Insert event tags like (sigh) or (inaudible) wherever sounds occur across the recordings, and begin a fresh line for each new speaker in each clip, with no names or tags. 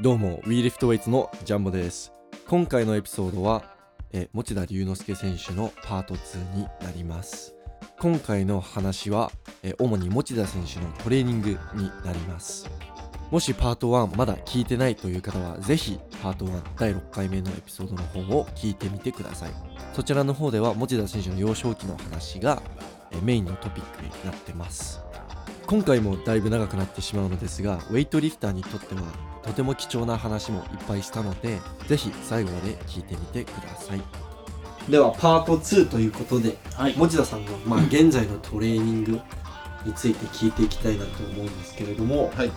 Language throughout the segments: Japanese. どうも WeLiftWeights のジャンボです今回のエピソードはえ持田龍之介選手のパート2になります今回の話はえ主に持田選手のトレーニングになりますもしパート1まだ聞いてないという方はぜひパート1第6回目のエピソードの方を聞いてみてくださいそちらの方では持田選手の幼少期の話がえメインのトピックになってます今回もだいぶ長くなってしまうのですがウェイトリフターにとってはとても貴重な話もいっぱいしたのでぜひ最後まで聞いてみてくださいではパート2ということで
はい、
持田さんの、まあ、現在のトレーニングについて聞いていきたいなと思うんですけれども、
はい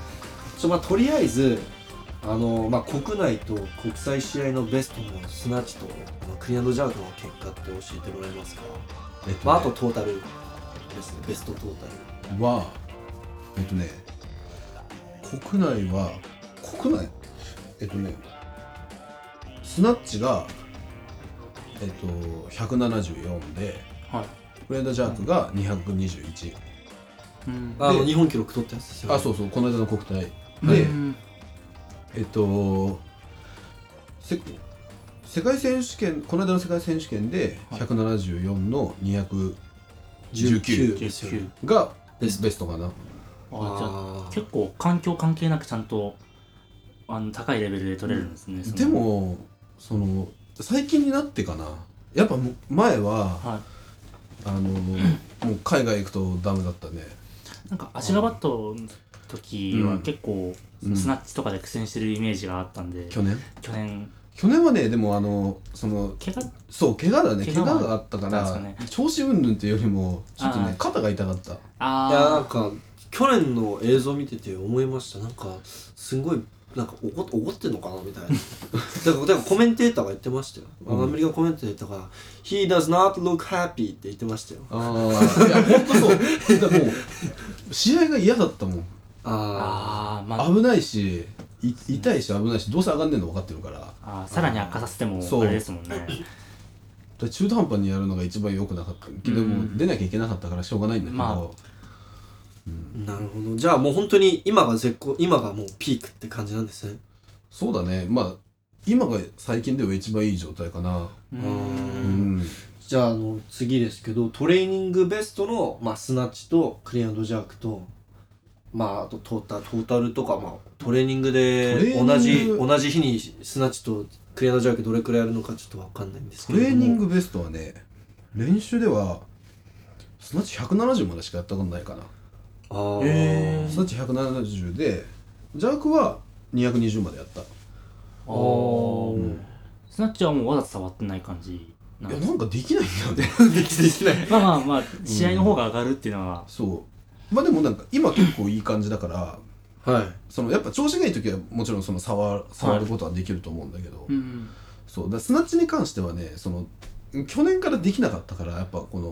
ちょまあ、とりあえずあの、まあ、国内と国際試合のベストのスナッチとあのクリアンドジャークの結果って教えてもらえますか、
えっと
まあ、あとトータルですねベストトータル
は、えっとね、国内は、国内、えっとね、スナッチが、えっと、174で、
はい
フレンドジャークが221。
うん
あの
で
日本記録取ったやつですよね
あ、そうそう、この間の国体。
で、
で、えっと、せ世界選手権、この間の世界選手権で、
はい
174の219
19ですよね
19
が
ベ
ベ
ス
ストかな。
あじゃあ
あー
結構環境関係なくちゃんとあの高いレベルで取れるんですね、その
でもその最近になってかなやっぱむ前は
は
あのもう海外行くとダメだったね
いなんか足がバットの時
う
は
ん
結構、
うん
スナッチとかで苦戦してるイメージがあったんで
去年
去年
去年はねでもあのその
怪我
そう怪我だね
怪
怪
我
我
は
があったか
あ
ら
ったんですか
調子云々っていうよりもちょっと
あ
ね
ー
肩が痛かった
いやな
あ
んか去年の映像見てて思いましたなんかすごいなんか怒っ怒ってんのかなみたいな
(laughs)
だからだからコメンテーターが言ってましたよ、
うん
アメリカコメンテーターが「He does not look happy」って言ってましたよ
あーいやほんとそうだからもう試合が嫌だったもん
あ
あーまあ
危ないしい痛いし危ないしどうせ上がんねえの分かってるからだか
あーさらに悪化させても
そう
あれですもんね
ら中途半端にやるのが一番良くなかったけど、
う
も
ん
出なきゃいけなかったからしょうがないんだけど、
ま
あなるほどじゃあもう本当に今が絶好今がもうピークって感じなんですね
そうだねまあ今が最近では一番いい状態かな
うー
うんん、
じゃああの次ですけどトレーニングベストの、まあ、スナッチとクリアンドジャークとまああとトータトータルとか、まあ、トレーニング
トレ
で
ーニング
同じ同じ日にスナッチとクリアンドジャークどれくらいやるのかちょっとわかんないんですけ
ト
れど
レ
も
ーニングベストはね練習ではスナッチ170までしかやったことないかな、
あー、
へー
スナッチ170でジャークは220までやったい
あ
お
ースナッチはもうわざと触ってない感じなん
や
で
なんかできないんだよね
(laughs)
(laughs)
できできない
まあまあまあ試合の方が上がるっていうのは、
そうまあでもなんか今結構いい感じだから
はい
そのやっぱ調子がいい時はもちろんその触触ることはできると思うんだけど、
うん
そうだからスナッチに関してはねその去年からできなかったからやっぱこの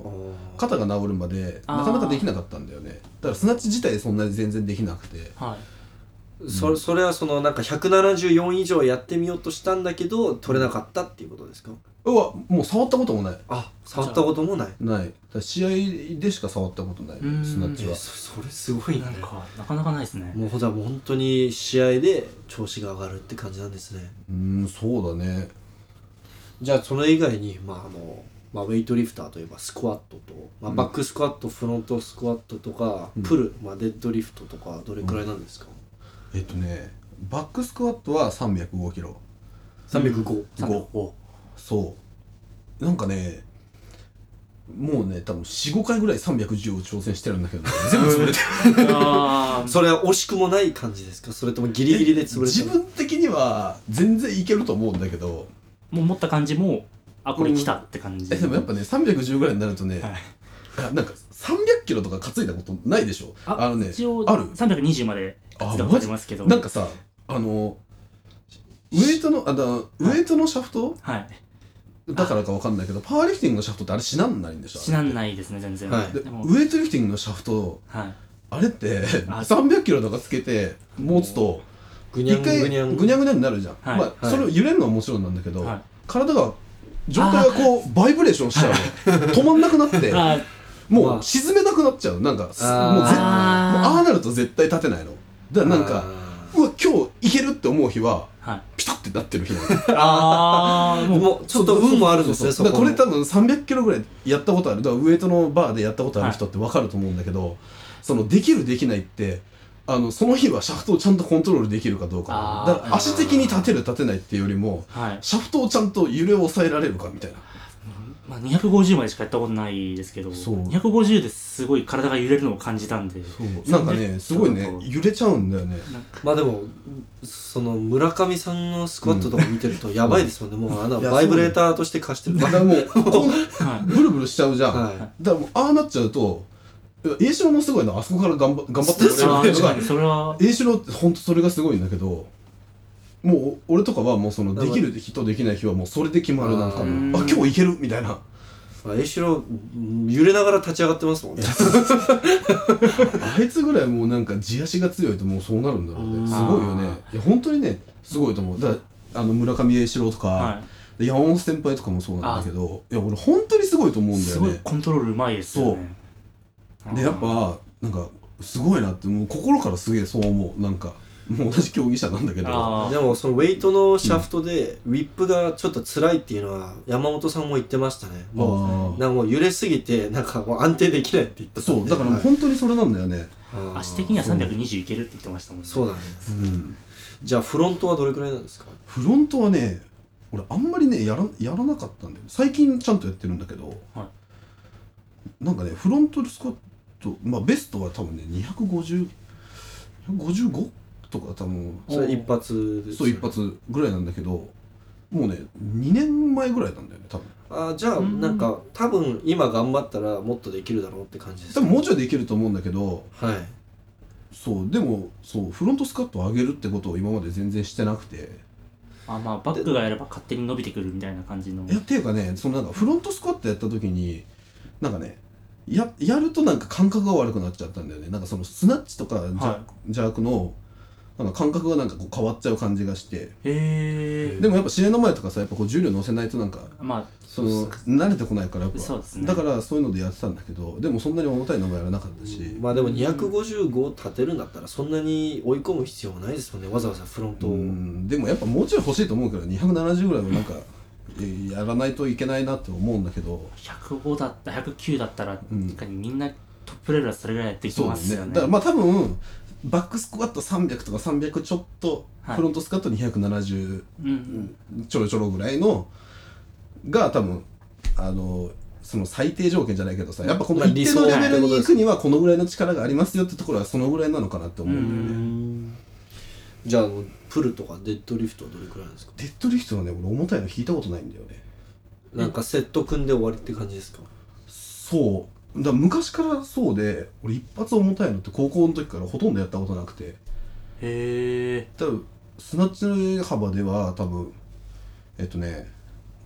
か
肩が治るまで
あー
なかなかできなかったんだよねだからスナッチ自体そんなに全然できなくて
はい
そそれはそのなんか174以上やってみようとしたんだけど取れなかったっていうことですか
うわもう触ったこともない
あ触ったこともない
ないだから試合でしか触ったことない
うん
スナッ
え
チは
そそれすごい
な
なん
かなかなかないですね
もうほんともう本当に試合で調子が上がるって感じなんですね
うんそうだね
じゃあそれ以外に、まああのまあ、ウェイトリフターといえばスクワットと、まあ、
うん
バックスクワット、フロントスクワットとか、
うん
プル、まあ、デッドリフトとかどれくらいなんですか、
えっとねバックスクワットは305キロ
305、
305
そうなんかねもうね多分45回ぐらい310を挑戦してるんだけど、全部潰れて
あー
それは惜しくもない感じですかそれともギリギリで潰れ
自
たの
分的には全然いけると思うんだけど
もう持った感じもあこれ来たって感じ、
えでもやっぱね310ぐらいになるとね、
はい
あなんか300キロとか担いだことないでしょ
あ
あのね
一応
ある
320まで
あ
実は
マ
あ
ジ
りますけど
なんかさあのウェイトのあだウェイトのシャフト
はい
だからかわかんないけどパワーリフティングのシャフトってあれしなんないんでしょ
死なん
い
ないですね全然、
はい
で
でも
ウエイトリフティングのシャフト
はい
あれって
あ
300キロとかつけて持つと
ぐにゃ
一
ん
回
ぐ
ぐ
に
に
ゃ
ゃ
ん
ぐにゃになるじゃん、
はい
まあ
はい
それを揺れるのはもちろんなんだけど、
はい
体が状態がこうバイブレーションしちゃうの止まんなくなって
あ
もう沈めなくなっちゃうなんかすもうぜもう
あー
ああなると絶対立てないのだからなんか
あ
うわ今日いけるってって思う日は
はい
ピタッてなってる
(laughs)
日なの
ああもう
もうちょっと運もあるんですね
そ
そうこも
だからこれ多分300キロぐらいやったことあるだからウエイトのバーでやったことある人って分かると思うんだけど、そのできるできないってあのその日はシャフトをちゃんとコントロールできるかどうか
あー
だから足的に立てる立てないっていうよりも
はい、
シャフトをちゃんと揺れを抑えられるかみたいな
まあ、250までしかやったことないですけど
そう
250ですごい体が揺れるのを感じたんで
なんかねすごいね
そう
揺れちゃうんだよね
まあでもその村上さんのスクワットとか見てるとやばいですもんね、もうあの
いや
バイブレーターとして貸してる
だからもうこう
はい
ブルブルしちゃうじゃん、
は
だからもうああなっちゃうといや栄四郎もすごいなあそこから頑張頑張って
ですよね
それは確かにそれは
栄四郎って本当それがすごいんだけどもう俺とかはもうそのできる日とできない日はもうそれで決まるなんか
あ
あ
ー
今日いけるみたいない
栄四郎揺れながら立ち上がってますもんね
あいつぐらいもうなんか地足が強いともうそうなるんだろう
うん
ねすごいよねいや本当にねすごいと思うだからあの村上栄四郎とか、
は
で山本先輩とかもそうなんだけどいや俺本当にすごいと
い、
思うんだ
す
よ
ごい
ね
コントロールうまいですよね
でやっぱなんかすごいなってもう心からすげえそう思うなんかもう同じ競技者なんだけど
あ
でもそのウェイトのシャフトでウィップがちょっと辛いっていうのは山本さんも言ってましたねも
あ
う
ー
なんかもう揺れすぎてなんかもう安定できないって言ってたん
そう
で
だからもう
はい
本当にそれなんだよね、
あー
足的には320いけるって言ってましたもんね
そうだね
うん、
じゃあフロントはどれくらいなんですか
フロントはね俺あんまりねやらやらなかったんだよ最近ちゃんとやってるんだけど、
は
なんかねフロントスクワットまあベストは多分ね25055とか多分
それ一発です
そう一発ぐらいなんだけどもうね2年前ぐらいなんだよね多分
あーじゃあ
うん
なんか多分今頑張ったらもっとできるだろうって感じですか
多分もうちょいできると思うんだけど
はい
そうでもそうフロントスカットを上げるってことを今まで全然してなくて
あまあバックがやれば勝手に伸びてくるみたいな感じの
いやっていうかねそのなんかフロントスカットやった時になんかねややるとなんか感覚が悪くなっちゃったんだよねなんかそのスナッチとかジャ,、
は
ジャークのなんか感覚がなんかこう変わっちゃう感じがして
へえ
でもやっぱ試合の前とかさやっぱこう重量乗せないとなんか
ま
その慣れてこないからやっぱ
そうですね
だからそういうのでやってたんだけどでもそんなに重たいのもやらなかったし、
まあでも255立てるんだったらそんなに追い込む必要はないですもんねわざわざフロントを、
うんでもやっぱもうちょい欲しいと思うけど270ぐらいはなんか (laughs) えーやらないといけないなって思うんだけど
あ105だった109だったら
うん
確かにみんなトップレベルはそれぐらいやってき
そう
ま
だ
す
ね
よね
だからまあ多分バックスクワット300とか300ちょっと、
はい
フロントスクワット270
うんうん
ちょろちょろぐらいのが多分あのその最低条件じゃないけどさやっぱこの
まあ
一定
理想
のレ
だね
ベルに行くにはこのぐらいの力がありますよってところはそのぐらいなのかなって思うんだよね、
じゃああのプルとかデッドリフトはどれくらいなんですか
デッドリフトはね俺重たいの引いたことないんだよね
なんかセット組んで終わりって感じですか
そうだから昔からそうで俺一発重たいのって高校の時からほとんどやったことなくて
へえ
多分スナッチ幅では多分えっとね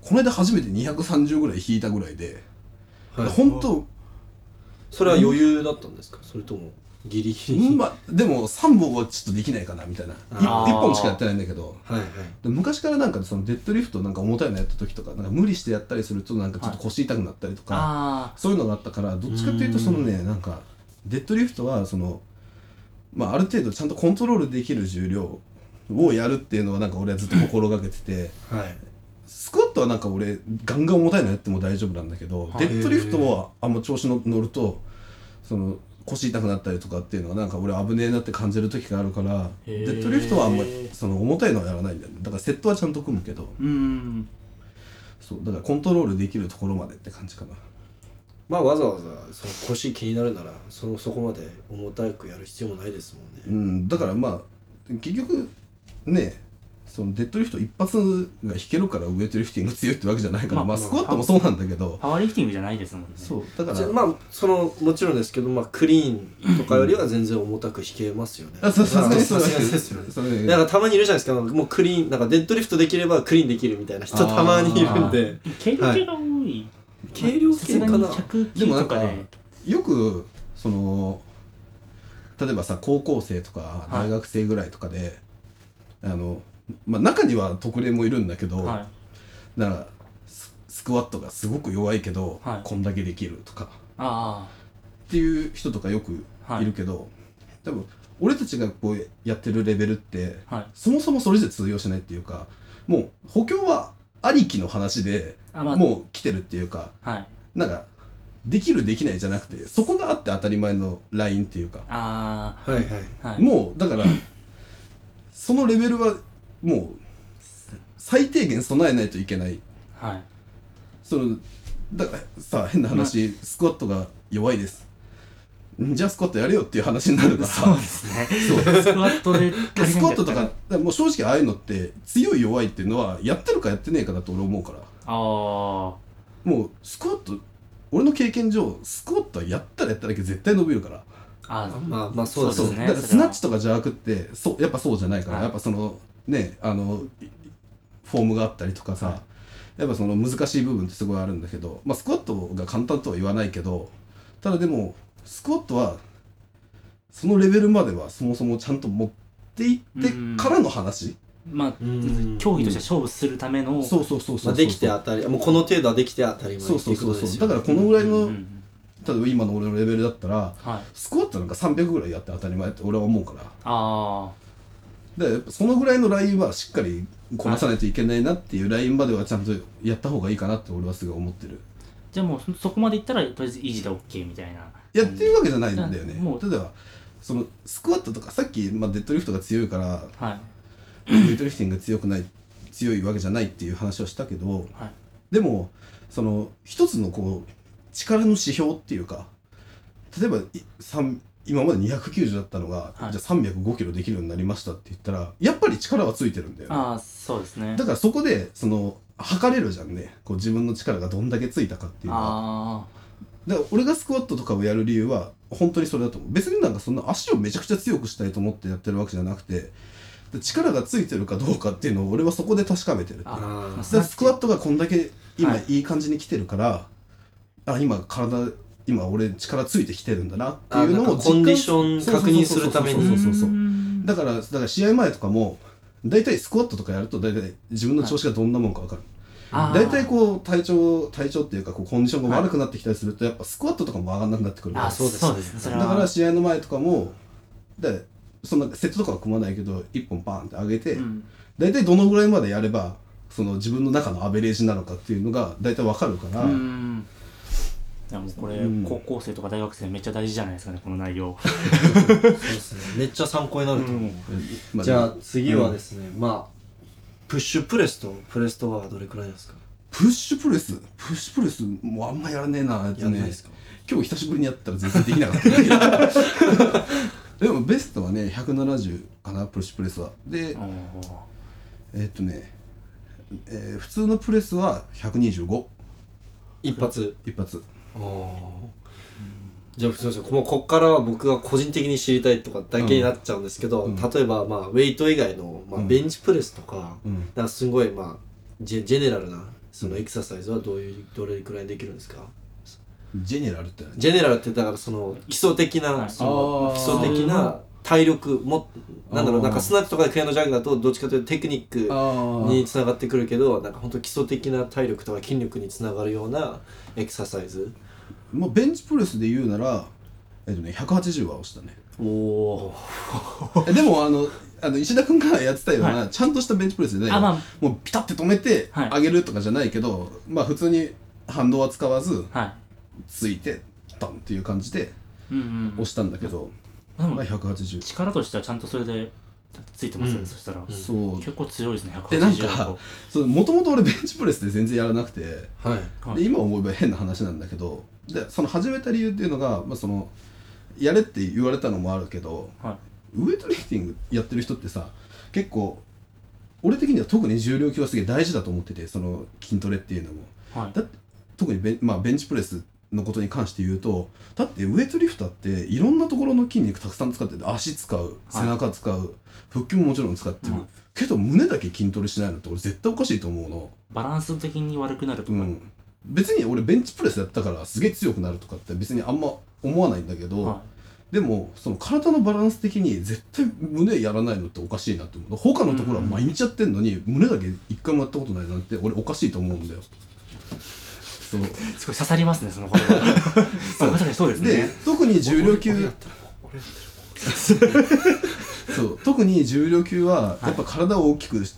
この間初めて230ぐらい引いたぐらいで、
はい
本当
それは余裕だったんですかそれともギリギリ、
まあでも3本はちょっとできないかなみたいな1
あ
ー
本しかやってないんだけど
はいはい
で昔からなんかそのデッドリフトなんか重たいのやった時とかなんか無理してやったりするとなんかちょっと腰痛くなったりとか、
あ
そういうのがあったからどっちかっていうとそのねなんかデッドリフトはそのまあある程度ちゃんとコントロールできる重量をやるっていうのはなんか俺はずっと心がけてて
はい
スクワットはなんか俺ガンガン重たいのやっても大丈夫なんだけど
はい
デッドリフトはあんま調子の乗るとその腰痛くなったりとかっていうのはなんか俺危ねえなって感じる時があるから
へ
デ
ー
ッドリフトはあんまりその重たいのはやらないんだよねだからセットはちゃんと組むけど
あうん
そうだからコントロールできるところまでって感じかな。
まあわざわざその腰気になるならそのそこまで重たくやる必要もないですもんね
うん、だからまあ結局ねそのデッドリフト一発が引けるからウエイトリフティング強いってわけじゃないか
まあ
ら、まあ
まあ
スクワットもそうなんだけど、
パワーリフティングじゃないですもんね
そうだか
じゃ
ら
あまあそのもちろんですけど、まあ、クリーンとかよりは全然重たく引けますよね
あそうさすがに
さ
そう
すがにですよね
それ
だからたまにいるじゃないですかもうクリーンなんかデッドリフトできればクリーンできるみたいな人たまにいるんで
軽量系が多い
軽量
さす
系
が
か
に
な
でも
109
な
と
ん
か
か
で
よくその例えばさ高校生とか
はい
大学生ぐらいとかで、あのまあ中には特例もいるんだけど、
は
だからススクワットがすごく弱いけど、
はい
こんだけできるとか
あ
っていう人とかよく
あはい
いるけど、多分俺たちがこうやってるレベルって
はい
そもそもそれじゃ通用しないっていうかもう補強はありきの話で
あまあ
もう来てるっていうか
はい
なんかできるできないじゃなくてそこがあって当たり前のラインっていうか
あ
はいはい
ーはい
もうだからそのレベルはもう最低限備えないといけない
はい
そのだからさ変な話、スクワットが弱いですんじゃあスクワットやれよっていう話になるから
そうですね
そう
スクワットで
でスクワットと
あ
かもう正直ああいうのって強い弱いっていうのはやってるかやってねえかだと俺思うから
あー
もうスクワット俺の経験上スクワットはやったらやっただけ絶対伸びるから
あー
まあまあそう
そう
だ
です
ね
ね
だから
そ
ス
れ
ナッ
は
チとかじゃなくってそうやっぱそうじゃないから、
はい
やっぱそのねあのいフォームがあったりとかさ、
は
やっぱその難しい部分ってすごいあるんだけど、まあ、スクワットが簡単とは言わないけどただでもスクワットはそのレベルまではそもそもちゃんと持っていってからの話、
まあ
うん
競技として勝負するための
そうそうそうそう
まあ、できて当たりもうこの程度はできて当たり前
そうそうそう
っていことです
そうだ
よね
からこのぐらいの、
うんうんうん
例えば今の俺のレベルだったら
はい
スクワットなんか300ぐらいやって当たり前って俺は思うから
あ
でやっぱそのぐらいのラインはしっかりこなさないといけないなっていうラインまではちゃんとやった方がいいかなって俺はすごい思ってる。
あじゃあもうそそこまでいったらとりあえずイージーで OK みたいな
やってるわけじゃないんだよね。
うんもう
例えばそのスクワットとかさっき、まあ、デッドリフトが強いから
はい
ウェイトリフティングが強くない強いわけじゃないっていう話をしたけど
はい
でもその一つのこう力の指標っていうか例えばい三今まで290だったのが、
はい
じゃあ305キロできるようになりましたって言ったらやっぱり力はついてるんだよね。
ああそうですね
だからそこでその測れるじゃんねこう自分の力がどんだけついたかっていうの
あ
はだから俺がスクワットとかをやる理由は本当にそれだと思う別になんかそんな足をめちゃくちゃ強くしたいと思ってやってるわけじゃなくてで力がついてるかどうかっていうのを俺はそこで確かめてるだ
あ
か
あー
あ
らスクワットがこんだけ今
はい
いい感じに来てるから、あ今体今俺力ついてきてるんだなって
あ
いう
な
の
んか
を
コンディシ
ン
ョン確認するため
そう
に
そうそう
ー
だからだから試合前とかも大体スクワットとかやると大体自分の調子がどんなもんか分かる。
あー
大体こう体調体調っていうかこうコンディションが悪くなってきたりするとやっぱスクワットとかも上がんなくなってくる
あ
だ
ー
そ
そうう
で
です
ね
すねそれは
から試合の前とかもでそんなセットとかは組まないけど1本バーンって上げて、
うん
大体どのぐらいまでやればその自分の中のアベレージなのかっていうのが大体わかるから、
うんいやもうこれ、
うん
高校生とか大学生めっちゃ大事じゃないですかねこの内
(laughs)
容、
そうですねめっちゃ参考になると思う、
まあ
じゃあ次はですね、まあプッシュプレスとプレスとはどれくらいなんですか
プッシュプレスプッシュプレスもうあんまやらねえなやっ
や
て
んない
ね
ですか、
今日久しぶりにやったら全然できなかった (laughs) でもベストはね170かなプッシュプレスはで、
うん
えーっとね、えー普通のプレスは125
一発
一発
じゃあすいませんもうこっからは僕が個人的に知りたいとかだけになっちゃうんですけど、
うん
例えばまあウェイト以外の、まあ、
うん
ベンチプレスとか、
うん
なんかすごいまあジェジェネラルなそのエクササイズはどういうどれくらいできるんですか
ジェネラルって
ジェネラルってだからその基礎的な
はい
その
あー
基礎的な体力もなんだろ
あ
う
ー
なんかスナッチとかでクエのジャグだとどっちかというとテクニック
あ
につながってくるけどなんか本当基礎的な体力とか筋力につながるようなエクササイズ
まあベンチプレスで言うならえーっとね180は押したね
おお
えでもあのあの石田君がやってたような、
は
ちゃんとしたベンチプレスじゃないよ
あまあ
もうピタッて止めて
はい
上げるとかじゃないけど、まあ普通に反動は使わず
は
ついてドンっていう感じで
いうんう
押
ん
したんだけど、
でも
まあ180、
力としてはちゃんとそれでついてますよね、
うん
そしたら、
そう
結構強いですね180
でなんかそうもともと俺ベンチプレスで全然やらなくて
はい
はい
で今思えば変な話なんだけどでその始めた理由っていうのが、まあ、そのやれって言われたのもあるけど
はい
ウエイトリフティングやってる人ってさ結構俺的には特に重量級はすげえ大事だと思っててその筋トレっていうのも
はい
だって特にベン,、まあ、ベンチプレスのことに関して言うとだってウエイトリフターっていろんなところの筋肉たくさん使ってて足使う背中使う、腹筋ももちろん使ってる、
うん
けど胸だけ筋トレしないのって俺絶対おかしいと思うの。
バランス的に悪くなると
う
か、
ん、別に俺ベンチプレスやったからすげえ強くなるとかって別にあんま思わないんだけど、
は
でもその体のバランス的に絶対胸やらないのっておかしいなって思う他のところは毎日やってんのに胸だけ一回もやったことないなんて俺おかしいと思うんだよ。そう
い、すごい刺
(laughs)
さりますねその言葉あ確かにそうです
で
ね
特に重量級
たら
そう特に重量級は
はい
やっぱ体を大きくし、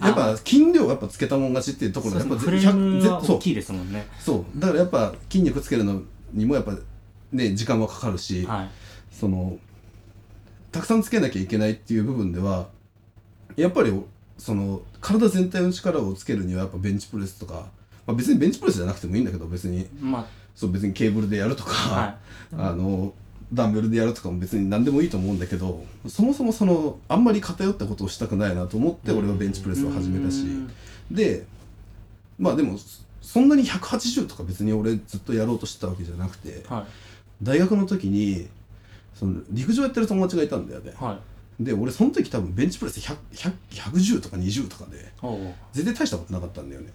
あ
やっぱ筋量をやっぱつけたもん勝ちっていうところ
そう
やっぱ
フレームは
100そ
大
う
きいですもんね
そうだからやっぱ筋肉つけるのにもやっぱね時間はかかるし、
はい
そのたくさんつけなきゃいけないっていう部分ではやっぱりその体全体の力をつけるにはやっぱベンチプレスとか、まあ、別にベンチプレスじゃなくてもいいんだけど別に
ま
そう別にケーブルでやるとか、
あは
あのダンベルでやるとかも別に何でもいいと思うんだけどそもそもそのあんまり偏ったことをしたくないなと思って
うん
俺はベンチプレ
い
スを始めたし
うん
でまあでもそそんなに180とか別に俺ずっとやろうとしてたわけじゃなくて
は
大学の時にその陸上やってる友達がいたんだよね
いはい
で俺その時多分ベンチプレス100 100 110とか20とかで
おお
全然大したことなかったんだよね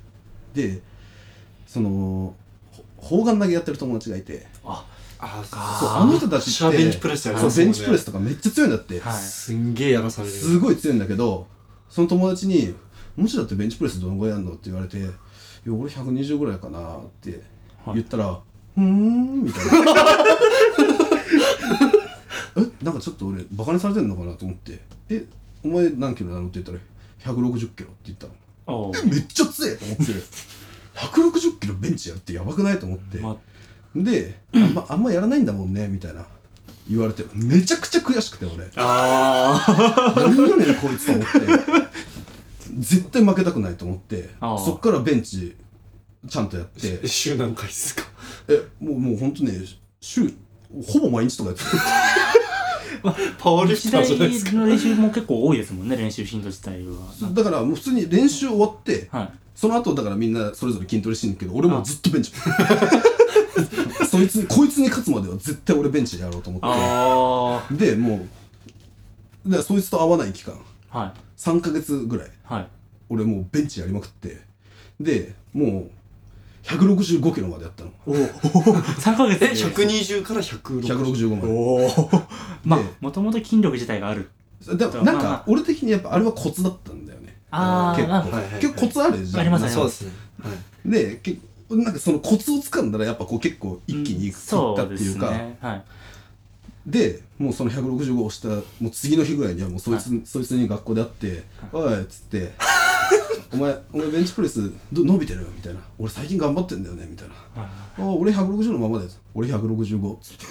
でそのほ砲丸投げやってる友達がいて
あ
あ
あ
あ
そうあの人たち
私
っ
は
て
ベンチプレスやり
そ
ま
う
すもんね
ベンチプレスとかめっちゃ強いんだって、
はい
すんげえやらされる
すごい強いんだけどその友達に「もしだってベンチプレスどのぐらいやるの?」って言われて「いや俺120ぐらいかな」って言ったら「ふーん」みたいなえなんかちょっと俺バカにされてんのかなと思って「えお前何キロなの?」って言ったら「160キロ」って言ったの
おお
えめっちゃ強いと思って160キロベンチやるってやばくないと思って、
ま
であん,、まあんまやらないんだもんねみたいな言われてめちゃくちゃ悔しくて俺
ああ
何やねんこいつと思って絶対負けたくないと思って
ああ
そっからベンチちゃんとやって
週何回ですか
えもうもうほんとね週ほぼ毎日とかやってた
パワーリフ
日
ター
大
じゃないですか
の練習も結構多いですもんね練習頻度自体は
(laughs) だからもう普通に練習終わって
はい
その後だからみんなそれぞれ筋トレしてんだけど俺もずっとベンチ (laughs) そいつこいつに勝つまでは絶対俺ベンチでやろうと思っ
あ
てでもうだからそいつと会わない期間
あはい
3ヶ月ぐらい
はい
俺もうベンチやりまくってでもう165キロまでやったの
おお
3ヶ月
え
で
120から160
165ま
お
で
お
まあ
で
もともと筋力自体がある
でもなんか俺的にやっぱあれはコツだったんだよね
あ
結構、
あ
はいはいはい
結構コツあるじゃん
ありますね
そうですねはい
で結構なんかそのコツを掴んだらやっぱこう結構一気にいくったっていうか、
そうですねはい
でもうその165をしたもう次の日ぐらいにはもうそいつ,、そいつに学校で会って「おい」っつって (laughs) 「お前お前ベンチプレスど伸びてる?」みたいな「俺最近頑張ってんだよね」みたいな「ああ俺160のままだよ」俺165」っつって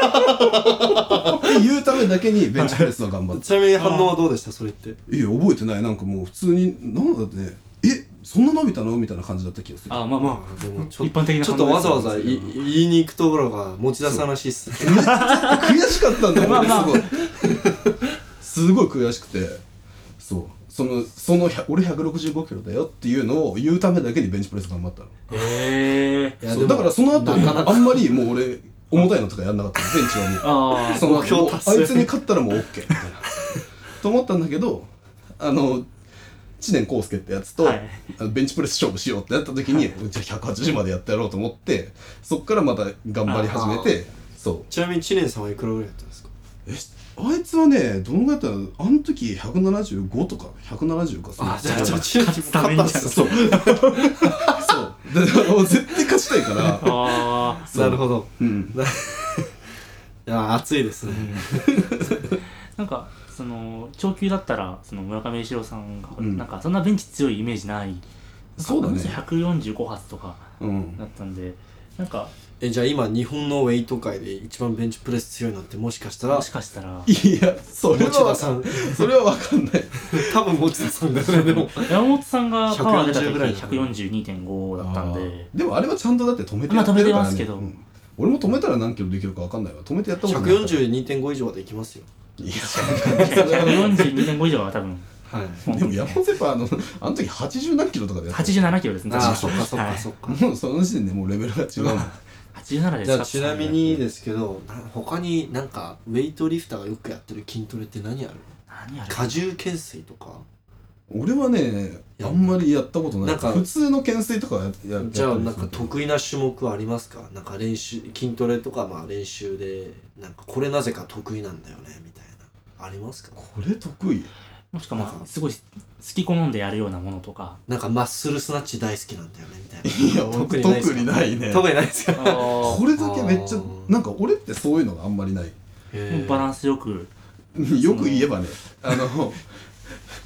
って言うためだけにベンチプレスは頑張って
ちなみに反応はどうでしたそれって
いや覚えてないなんかもう普通になんだってねえそんな伸びたのみたいな感じだった気がする
ああまあま
あでもち
一般的な
ちょっとわざわざい言いに行くところが持ち出さんらしいっす
悔しかったんだよ、俺
まあまあ
すごいすごい悔しくてそうそのその100俺165キロだよっていうのを言うためだけにベンチプレス頑張ったの
あへえ
いや
そう
で
だ
も
からその後
なかなか
あんまりもう俺重たいのとかやんなかったのベンチはもう
あ
その
目標達成
もうあいつに勝ったらもう OK みたいな
(laughs)
と思ったんだけどあの知念康介ってやつと、
はい
あのベンチプレス勝負しようってなった時に、じゃあ180までやってやろうと思ってそっからまた頑張り始めてそう
ちなみに知念さんはいくらぐらいやったんですか
えあいつはねどのぐらいだったのあの時175とか170かその
あじゃあ
そう
ちょっ
知念さん
ダメじゃん
そうそうでだからもう絶対勝ちたいから
(laughs) あ、あ
なるほど
うん、
いや暑いですね
あなんかその長球だったらその村上一郎さんが、
うん
なんかそんなベンチ強いイメージない
そうだね
145発とか
うん
だったんでなんか
えじゃあ今日本のウェイト界で一番ベンチプレス強いのってもしかしたら
もしかしたら
いやそれ
持
は
田
わ
さ
かん
ん
それはわかんない
多分持田さんだ (laughs) よねでも
山本さんがパワー出た時
140ぐらいだね
142.5だったんで
あーもあれはちゃんとだって止めて
ま
や
あ
ってるから、
止めてま
ね
すけど
うん俺も止めたら何キロできるかわかんないわ止めてやったことないから
142.5以上はできますよ
いや
142.5以上は多分
はい
でも山本先輩あのあの時80何キロとかでやった
87キロですね
ああそっかそっ
は
か
い
そっか
もうその時点でもうレベルが違うもん
87で
じ
す
ゃ
か
あちなみにですけどな他になんかウェイトリフターがよくやってる筋トレって何ある
何あれ
荷重懸垂とか
俺はねあんまりやったことない
なんか
普通の懸垂とかややや
じゃあなん
や
か
ったり
得意な種目はありますかなんか練習筋トレとかまあ練習でなんかこれなぜか得意なんだよねみたいなありますか
するこれ得意
もしかまあすごい好き好んでやるようなものとか
なんかマッスルスナッチ大好きなんだよねみたいない
や俺
特にないっすか (laughs)
特にないね
特にないですか
あ
これだけめっちゃ
あー
なんか俺ってそういうのがあんまりない
へー
バランスよく
よく言えばねあの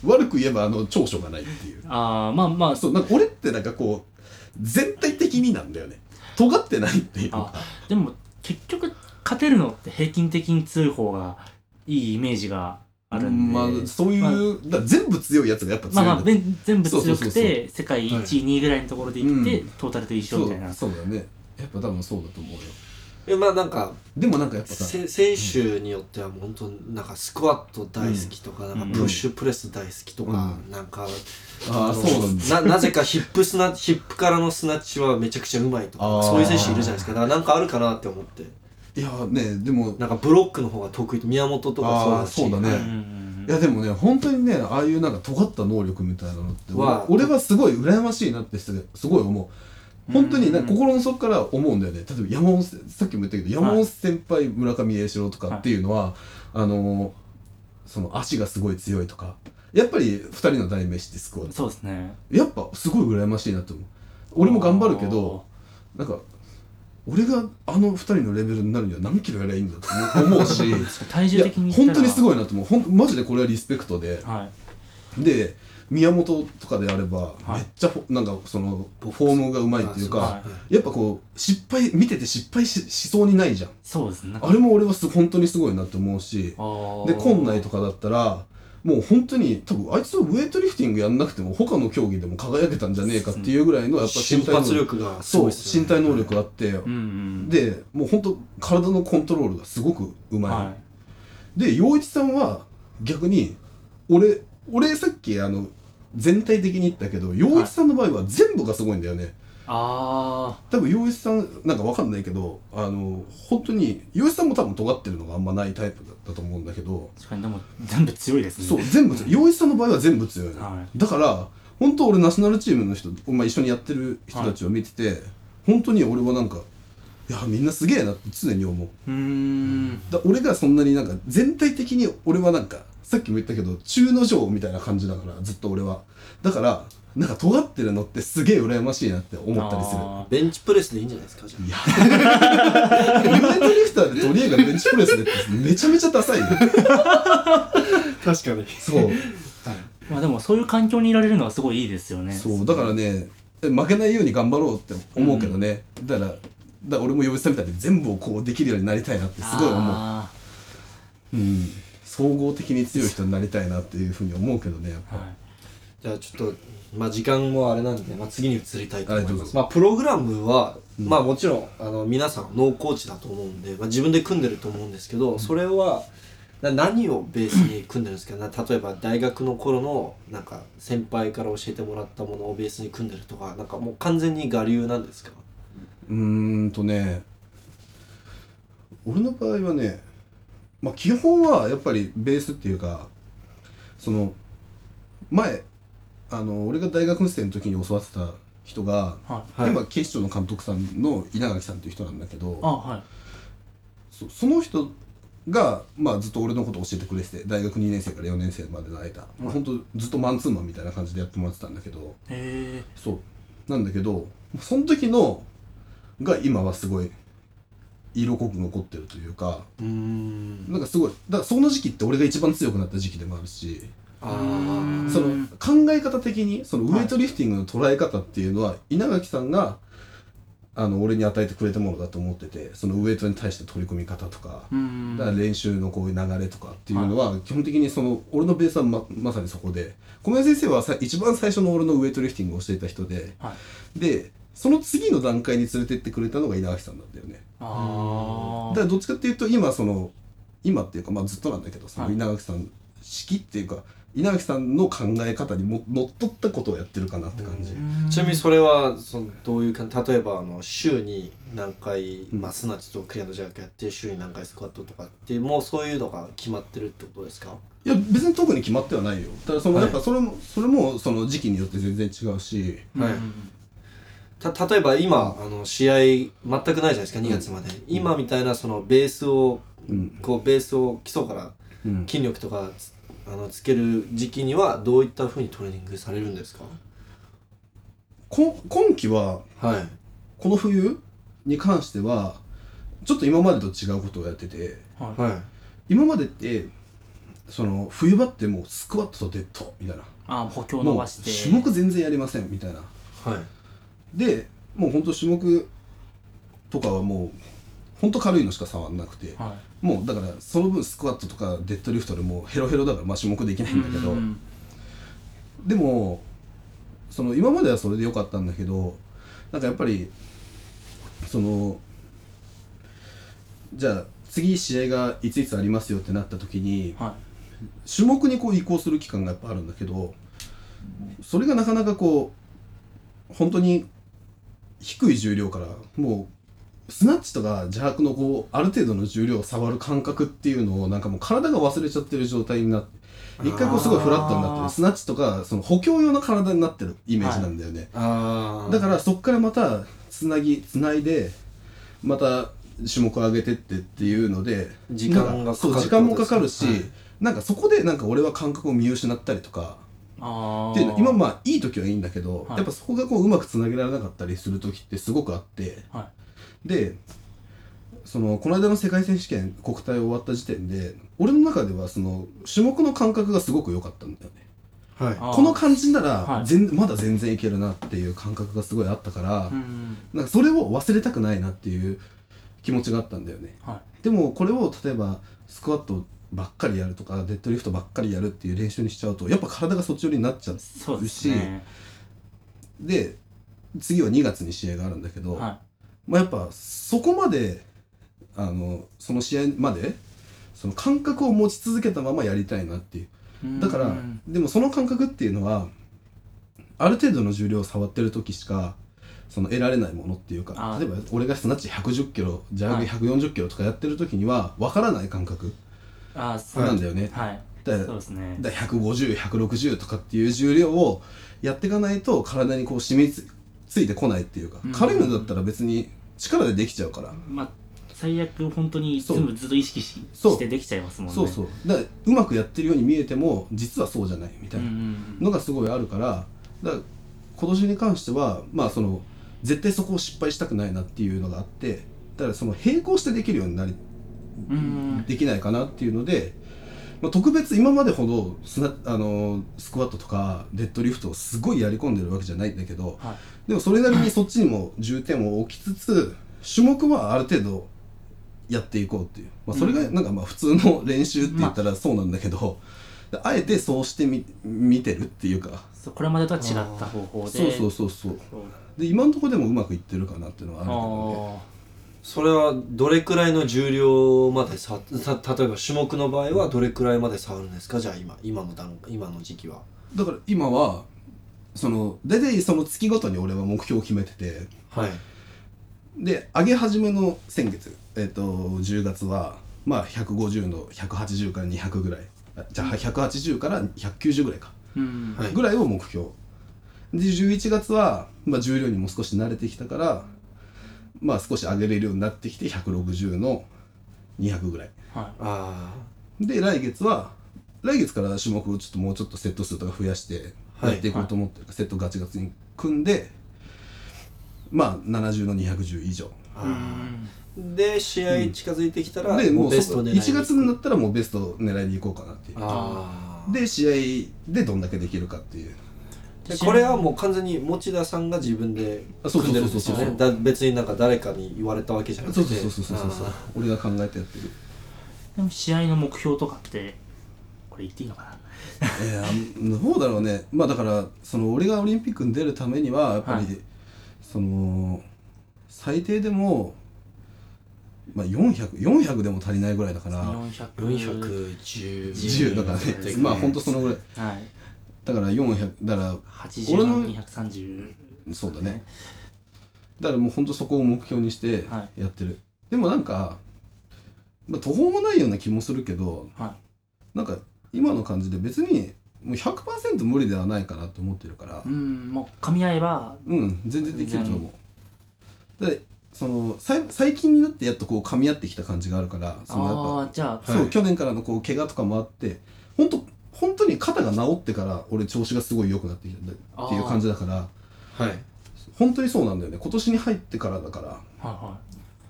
悪く言えばあの長所がないっていう
ああまあまあ
そうなんか俺ってなんかこう全体的になんだよね尖ってないっていうか
あでも結局勝てるのって平均的に強い方がいいイメージがあるんで、
まあ、そういう、
まあ
だから全部強いやつがやっぱ
ま
強
あ
いんだ
まあべん全部強くて
そうそうそうそ
世界1位、2位ぐらいのところでいって、
うん
トータルと一緒
そ
み
う
たいな
そうだよねやっぱ多分そうだと思うよ
えまあなんか
でもなんかやっぱさ
せ選手によってはもう本当になんかスクワット大好きとか,、
ん
なんかプッシュプレス大好きとか、なんか
ああそうなんだ
ななぜかヒップスナヒップからのスナッチはめちゃくちゃうまいと
あ
か
ー
そういう選手いるじゃないですかだからなんかあるかなって思って
いやーねでも
なんかブロックの方が得意と宮本と
あ
か
あ
そうだし
そうだ
うん
ね
うん
いやでもね本当にねああいうなんか尖った能力みたいなのって俺
わあ
俺はすごい羨ましいなってすすごい思う本当になんか
うん
心の底から思うんだよね例えば山本せさっきも言ったけど山本先輩村上英四郎とかっていうのは、あのーその足がすごい強いとかやっぱり2人の代名詞ってスクワッ
うん
ト
そうですね
やっぱすごい羨ましいなと思う俺も頑張るけどなんか俺があの2人のレベルになるには何キロやりゃいいんだって思うしい
あー体重
や
的に
本当にす
い
ごいなと思うほんマジでこれはリスペクトで
はい
で宮本とかであれば、
はい
めっちゃフォなんかそのフォームがうまいっていうか、
あそう
はい
やっぱこう失敗見てて失敗ししそうにないじゃん
そうですね
あれも俺はす本当にすごいなって思うしで
で
今内とかだったらもう本当に多分あいつはウェイトリフティングやんなくても他の競技でも輝けたんじゃねえかっていうぐらいのやっぱ
瞬
身体能
発
力
力がす
そ
ご
う
いですよ
身
ね
体能力あって、
うんうん
でもう本当体のコントロールがすごくうまい、
は
で陽一さんは逆に俺俺さっきあの全体的に言ったけど陽一さんの場合は全部がすごいんだよね、
いあ
多分陽一さんなんかわかんないけどあの本当に陽一さんも多分尖ってるのがあんまないタイプだったと思うんだけど、
あ確かにでも全部強いですね
そう全部陽一さんの場合は全部強いの、
は
だから本当俺ナショナルチームの人、まあ、一緒にやってる人たちを見てて、本当に俺はなんかいやみんなすげえなって常に思う
うーん
だ俺がそんなになんか全体的に俺はなんかさっきも言ったけど中の上みたいな感じだからずっと俺はだからなんか尖ってるのってすげえ羨ましいなって思ったりする
あ
ベンチプレスでいいんじゃないですかじゃあ
いやウェイトリフターで取り柄がベンチプレスでってめちゃめちゃダサいよ
確かに
そう
ーまあでもそういう環境にいられるのはすごいいいですよね
そうだからね負けないように頑張ろうって思うけどね、だからだから俺も呼びさんみたいに全部をこうできるようになりたいなってすごい思
あ
う、うん、総合的に強い人になりたいなっていうふうに思うけどねやっ
ー
ぱ、
はい
じゃあちょっと、まあ、時間もあれなんで、まあ、次に移りたいと思い
はいど
ま
う
す。
ぞ
まあ、プログラムは、
うん
まあもちろんあの皆さんノーコーチだと思うんで、まあ、自分で組んでると思うんですけど、それはな何をベースに組んでるんですかな例えば大学の頃のなんか先輩から教えてもらったものをベースに組んでるとかなんかもう完全に我流なんですか
うーんとね俺の場合はね、まあ、基本はやっぱりベースっていうかその前あの俺が大学生の時に教わってた人が、
は
はい
今警視庁の監督さんの稲垣さんっていう人なんだけ
あ
ど
はい
そその人が、まあ、ずっと俺のことを教えてくれてて大学2年生から4年生までの間、もうほんとずっとマンツーマンみたいな感じでやってもらってたんだけど、
へ
そうなんだけどその時のが今はすごい色濃く残ってるというか
うーん
なんかすごいだからその時期って俺が一番強くなった時期でもあるし
あー
そ
うん
の考え方的にそのウェイトリフティングの捉え方っていうのは稲垣さんがあの俺に与えてくれたものだと思っててそのウェイトに対して取り組み方とか
ーうん
だから練習のこういう流れとかっていうのは基本的にその俺のベースはままさにそこで小林先生はさ一番最初の俺のウエイトリフティングをしていた人で、
は
でその次の段階に連れてってくれたのが稲垣さんなんだよね
あ
だからどっちかっていうと今その今っていうかまあずっとなんだけどその
はい
稲垣さん式っていうか稲垣さんの考え方にものっとったことをやってるかなって感じ、
う
あ
ちなみにそれはそのどういうか例えばあの週に何回、まあ、すなわちとクリアのジャークやって週に何回スクワットとかってもうそういうのが決まってるってことですか
いや別に特に決まってはないよただその
はい
やっぱそれも、それもその時期によって全然違うし
はいた例えば今あの試合全くないじゃないですか2月まで、今みたいなそのベースを
うん
こうベースを基礎から
うん
筋力とかつあのつける時期にはどういったふうにトレーニングされるんですか
こ今期は
はい
この冬に関してはちょっと今までと違うことをやってて
はい
はい
今までってその冬場ってもうスクワットとデッドみたいな
あ補強伸
も
ば
う
して
種目全然やりませんみたいな
はい
でもうほんと種目とかはもうほんと軽いのしか触んなくて
は
もうだからその分スクワットとかデッドリフトでもうヘロヘロだからまあ種目できないいんだけど、
うんうん
でもその今まではそれで良かったんだけどなんかやっぱりそのじゃあ次試合がいついつありますよってなった時に
は
種目にこう移行する期間がやっぱあるんだけどそれがなかなかこう本当に低い重量からもうスナッチとか自白のこうある程度の重量を触る感覚っていうのをなんかもう体が忘れちゃってる状態になって一回こうすごいフラットになって
あー
るスナッチとかその補強用の体になってるイメージなんだよね、
ああ
だからそこからまたつなぎつないでまた種目上げてってっていうので
時間がかかる
なんそう時間もかかるし、
ってことです
なんかそこでなんか俺は感覚を見失ったりとか
ああ
っていうの今まあいい時はいいんだけど、
はい
やっぱそこがこううまくつなげられなかったりする時ってすごくあって、
は
でそのこの間の世界選手権国体終わった時点で俺の中ではその種目の感覚がすごく良かったんだよね
はい
あー
この感じな
は
ら
い
全、まだ全然いけるなっていう感覚がすごいあったから、
うんうん
なんかそれを忘れたくないなっていう気持ちがあったんだよね
は
でもこれを例えばスクワットばっかりやるとかデッドリフトばっかりやるっていう練習にしちゃうとやっぱ体がそっち寄りになっちゃう
いそうですね
で次は2月に試合があるんだけど、
は
まあ、やっぱそこまであのその試合までその感覚を持ち続けたままやりたいなっていう
い
だから、
うんうん
でもその感覚っていうのはある程度の重量を触ってる時しかその得られないものっていうか
あー
例えば俺がスナッチ110キロジャー
は
グ
い
140キロとかやってる時には分からない感覚
あーそう
なんだよね、
はい
だ
そうですね
だ150160とかっていう重量をやっていかないと体にこう染みつついてこないっていうか、
うん
軽いのだったら別に力でできちゃうから、
まあ最悪本当にいつ
そう
もずっと意識し
そう
してできちゃいますもんね
そうそううだからうまくやってるように見えても実はそうじゃないみたい
ん
な
うん
のがすごいあるからだから今年に関してはまあその絶対そこを失敗したくないなっていうのがあってだからその並行してできるようになり
うんうん
できないかなっていうので、まあ、特別今までほどスナあのースクワットとかデッドリフトをすごいやり込んでるわけじゃないんだけど、
は
でもそれなりにそっちにも重点を置きつつ種目はある程度やっていこうっていう、まあ、それが
うん
なんかまあ普通の練習って言ったらそうなんだけど、であえてそうしてみ見てるっていうか
そうこれまでとは違った方法で
そうそうそうそ
そ
う
う
で今のところでもうまくいってるかなっていうのはあるけどね
あ
それはどれくらいの重量までさた例えば種目の場合はどれくらいまで触るんですかじゃあ今今の段今の時期は
だから今はその大体その月ごとに俺は目標を決めてて
はい
で上げ始めの先月、えっと10月は、まあ、150の180から200ぐらいあじゃあ180から190ぐらいか、
ーうん
はい
ぐらいを目標で11月は、まあ、重量にも少し慣れてきたから、まあ、少し上げれるようになってきて160の200ぐらい
は
あ
で来月は来月から種目をちょっともうちょっとセット数とか増やして
はい
やっていこうと思ってるから、セットガチガチに組んでまあ70の210以上
ーあ
いうんう
ー
ん
で試合近づいてきたら、
でもう
ベスト
そ
狙いに
1月になったらもうベストを狙いに行こうかなっていう
あー
で試合でどんだけできるかっていう
でこれはもう完全に持田さんが自分で
あそう
組
そ
ん
う
で
そ
る
う
です
んそう
よねだ別になんか誰かに言われたわけじゃなくて
そうそうそうそうそうそうそう
あ
俺が考えてやってる
でも試合の目標とかってこれ言っていいのかな
えー、どうだろうねまあだからその俺がオリンピックに出るためにはやっぱり、
はい
その最低でもまあ400400でも足りないぐらいだから
ー
400
410
10だから
そうです
ね
ね
まあほんとそのぐらい
はい
だから400だか
80
俺
万
の
230
らそうだねだからもうほんとそこを目標にして
は
やってる、でもなんか、まあ、途方もないような気もするけど
は
なんか今の感じで別にもう100%無理ではないかなと思ってるから
いうんもう噛み合えば
うん全然できると思うでそのさい最近になってやっとこう噛み合ってきた感じがあるからそのやっぱ
ああーじゃあ
そ
は
う、
い
去年からのこう怪我とかもあって本当本当に肩が治ってから俺調子がすごい良くなってきたんだっていう感じだから
はい
本当にそうなんだよね今年に入ってからだから
はいは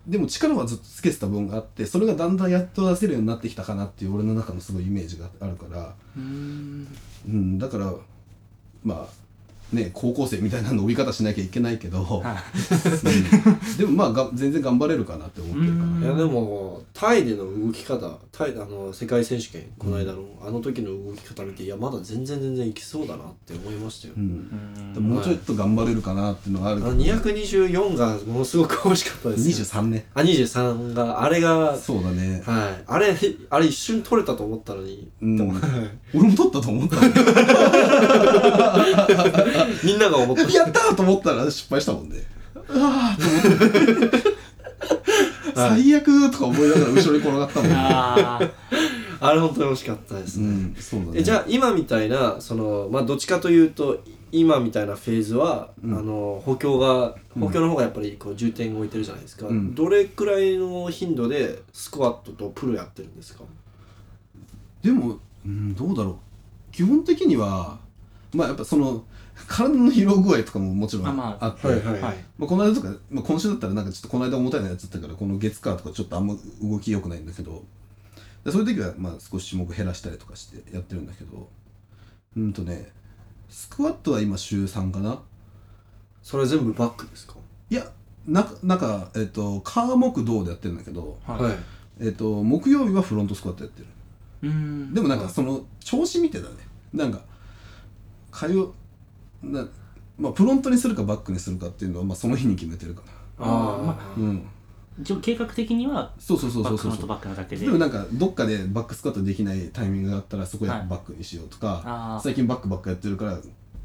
でも力はずっとつけてた分があってそれがだんだんやっと出せるようになってきたかなっていう俺の中のすごいイメージがあるから、
うん
うん、だからまあね高校生みたいな伸び方しなきゃいけないけど、
はい
うんでもまあが全然頑張れるかなって思ってるか
うん
いやでもタイでの動き方タイあの世界選手権この間の、あの時の動き方見ていやまだ全然全然いきそうだなって思いましたよ
ら、う、ん、
うん
でももうちょっと頑張れるかなっていうのがあるけ
あ
ど、
の224がものすごく惜しかったですよ
23ね
あ23があれが
そうだね、
はい、あれあれ一瞬取れたと思ったのに
うん、俺も取ったと (laughs) 思ったもん
(laughs) みんなが思った
やったーと思ったら失敗したもんね (laughs) うわーと思って最悪とか思いながら後ろに転がったもんね
あー
あれ本当に惜しかったです
う
ね、
ん、そうだね
えじゃあ今みたいなそのまあどっちかというと今みたいなフェーズは、
うん
あの補強が
うん
補強の方がやっぱりこう重点を置いてるじゃないですか、
うん
どれくらいの頻度でスクワットとプルやってるんですか
でも、うん、どうだろう基本的にはまあやっぱその体の疲労具合とかももちろん
あまあ
あって、
いはい
まあ、この間とか、まあ、今週だったらなんかちょっとこの間重たいのやつだったからこの月火とかちょっとあんま動き良くないんだけどでそういう時はまあ少し種目減らしたりとかしてやってるんだけどうんとねスクワットは今週3かな
それ全部バックですか
いやななんかえっ、と火木銅でやってるんだけど、
はい
い
えっと木曜日はフロントスクワットやってる
うん
でもなんかその調子見てたねなんか火曜なまあフロントにするかバックにするかっていうのはまあその日に決めてるか
あーまあ
なうん
一応計画的には
そうそうそう
バ
そう
ック
そう
の
そ
と
う
バックのだけで
でもなんかどっかでバックスクワットできないタイミングがあったらそこやっぱ
はい
バックにしようとか、
あー
最近バックばっかやってるから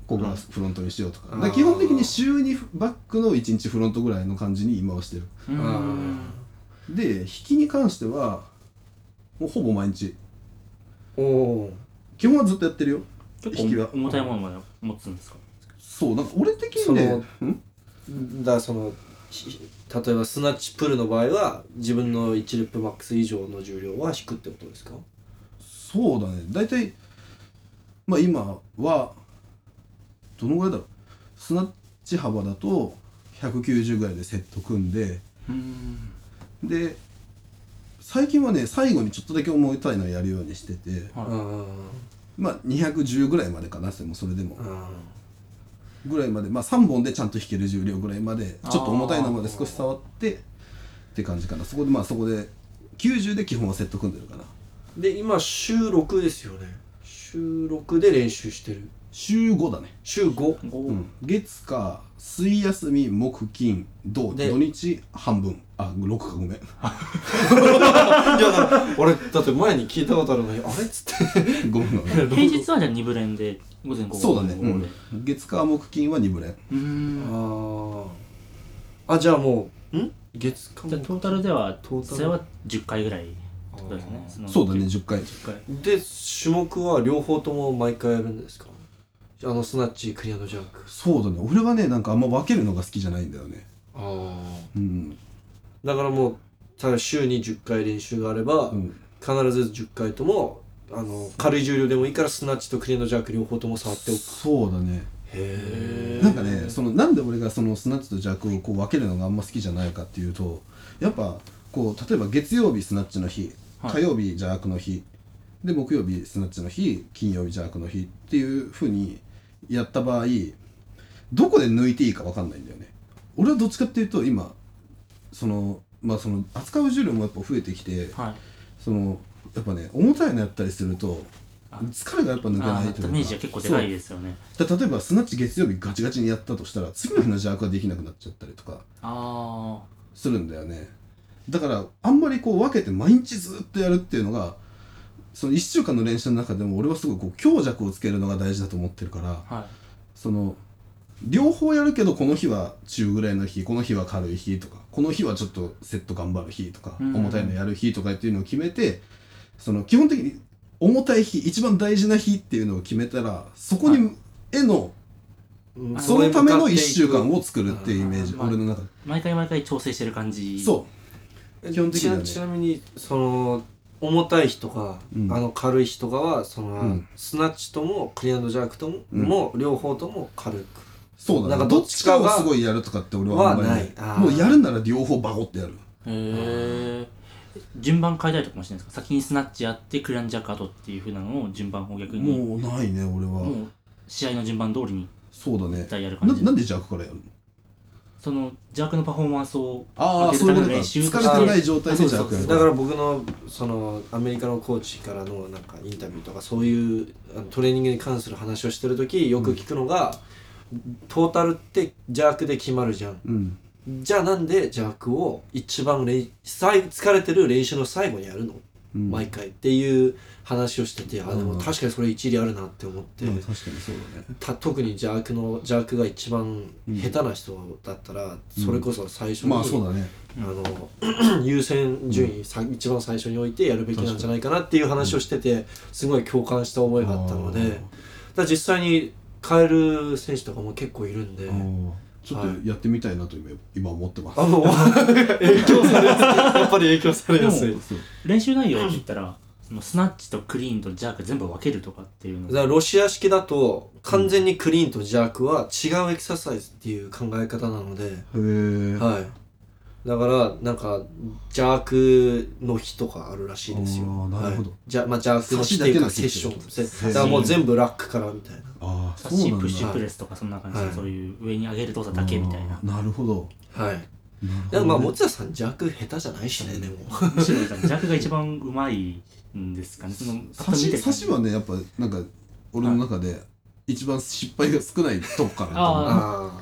ここはフロントにしようとか,、
うん
基本的に週にバックの1日フロントぐらいの感じに今はしてる
う
あ
ん
で引きに関してはもうほぼ毎日
おお
基本はずっとやってるよ引
結
きは
構重たいものまで持つんですか
そうなんか俺的にねん
ーだからそのひ例えばスナッチプルの場合は自分の1レップマックス以上の重量は引くってことですか
そうだね大体まあ今はどのぐらいだろうスナッチ幅だと190ぐらいでセット組んで
うん
で最近はね最後にちょっとだけ重たいのをやるようにしてて
はい
まあ210ぐらいまでかなそれもそれでも
あー
ぐらいまでまあ3本でちゃんと引ける重量ぐらいまでちょっと重たいのまで少し触ってって感じかなそこでまあそこで90で基本はセット組んでるかな
で今週6ですよね週6で練習してる
週5だね、
週 5?
お
うん、月火水休み木金土
で
土日半分あ6かごめ (laughs)
い
ん
やだから俺だって前に聞いたことあるのにあれっつって
(laughs) ごめんごめん
平日はじゃあ2部連で午前午後
そうだね、
午後で
うん、月火木金は2部連
う
あ
ん
ーあじゃあもうん月間
じゃあトータルでは
トータル
それは10回ぐらいってことですねの
そうだね10回
10回
で種目は両方とも毎回やるんですかあのスナッチクリアのジャンク
そうだね俺はねなんかあんま分けるのが好きじゃないんだよね
ああ
うん、
だからもうただ週に10回練習があれば、
うん、
必ず10回ともあの軽い重量でもいいからスナッチとクリアのジャンク両方とも触っておく
そうだね
へ
なんかねそのなんで俺がそのスナッチとジャークをこう分けるのがあんま好きじゃないかっていうとやっぱこう例えば月曜日スナッチの日
はい
火曜日ジャークの日で木曜日スナッチの日金曜日ジャークの日っていうふうにやった場合どこで抜いていいか分かんないんだよね俺はどっちかっていうと今そのまあその扱う重量もやっぱ増えてきて、
はい
そのやっぱね重たいのやったりすると疲れがやっぱ抜け
あ
ない
ー
という
ダ
か
メージは結構でかいですよね
そうだ例えばスナッチ月曜日ガチガチにやったとしたら次の日の邪悪ができなくなっちゃったりとか
あ
するんだよねだからあんまりこう分けて毎日ずっとやるっていうのがその1週間の練習の中でも俺はすごいこう強弱をつけるのが大事だと思ってるから
あはい
その両方やるけどこの日は中ぐらいの日この日は軽い日とかこの日はちょっとセット頑張る日とか、
うん
重たいのやる日とかっていうのを決めてその基本的に重たい日一番大事な日っていうのを決めたらそこに、
は
への
うん
そのための
そ
1
れ
週
に向かっていく
間を作るっていうイメージ
うん
俺の中で
毎回毎回調整してる感じ
そ基本的にはね
ちなちなみにその重たい日とか、
うん
あの軽い日とかはその、
うん
スナッチともクリアンドジャークとも,、
うん
も両方とも軽く
うそうだ
なん
ね
か
ど
ど
っ
っ
ち
ち
か
か
を
が
すごいやるとかって俺はあんまり
はないあー
もうやるなら両方バコってやる
うへえ順番変えたりとかもしないんですか先にスナッチやってクランジャカートっていうふうなのを順番を逆に
もうないね俺は、
もう試合の順番通りに
そうだね
絶対やる感
な
じ
なんでジャックからやるの
その邪悪のパフォーマンスを
あ
上
あ
げる
そうい
ための練習と
うことか疲
し
れてな
て
い状態
そ
で
う
ジャ
そう
ックや
そう
る
だから僕のそのアメリカのコーチからのなんかインタビューとかそういうあのトレーニングに関する話をしてる時よく聞くのが、トータルって邪悪で決まるじゃん
うん
じゃあなんで邪悪を一番れい最疲れてる練習の最後にやるの、
うん
毎回っていう話をしててあでも
うん
確かにそれ一理あるなって思って、
でも確かにそうだね
た特に邪悪の邪悪が一番下手な人だったら、それこそ最初に、
まあそうだね
あの (clears throat) 優先順位、さ一番最初に置いてやるべきなんじゃないかなっていう話をしててすごい共感した覚えがあったので、
あー
だから実際に変える選手とかも結構いるんで。
ああちょっとやってみたいなと今今思ってます
あの影響されやすいやっぱり影響されやす
で
い
も練習内容って言ったらそのスナッチとクリーンとジャーク全部分けるとかっていうの
だからロシア式だと完全にクリーンとジャークは違うエクササイズっていう考え方なので、
へえ
はい。だから、なんか、邪悪の日とかあるらしいですよ。
あーなるほど
はいじゃまあ、邪悪の日っていうか、セッション。
差しだけの日ってこと
せだからもう全部ラックからみたいな。
ああ
サ
そ
ッ
う
シ
なん
プッ
だ
シュプレスとかそんな感じで、
はい
そういう上に上げる動作だけみたいな
あ。あなるほど
はい。
なるほどね
でもまあ、持田さん、邪悪下手じゃないしね、でも。
むしろジャークが一番うまいんですかね。そのパッ
刺
と見
して刺しはねやっぱなんか俺の中で一番失敗が少ないとこからだと思う
あ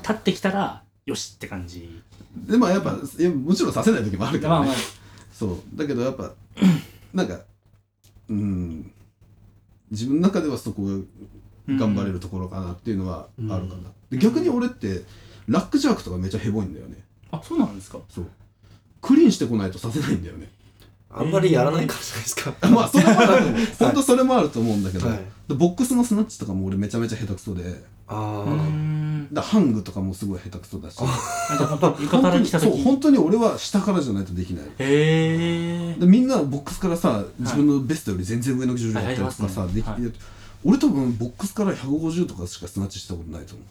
あ
立ってきたらよしって感じ。
でまあやっぱいやもちろん刺せない時もあるけ
まあ
どね
まあ
そうだけどやっぱなんかうん自分の中ではそこが頑張れるところかなっていうのはあるかな、
うん
で逆に俺ってラックジャークとかめっちゃヘボいんだよね
あそうなんですか。
そうクリーンしてこないとさせないんだよね
あ。あんまりやらないからじゃないですか。
(laughs) まあそれもある
(laughs)
本当それもあると思うんだけど、
はい
でボックスのスナッチとかも俺めちゃめちゃ下手くそで
あ
うーん。
でハングとかもすごい下手くそだし
あじゃあ本当床から来た
そう
時。
本当に俺は下からじゃないとできない
へえ。
でみんなボックスからさ自分のベストより全然上の徐々にやったりとかさ、
はい
でき
はい
俺多分ボックスから150とかしかスナッチしたことないと思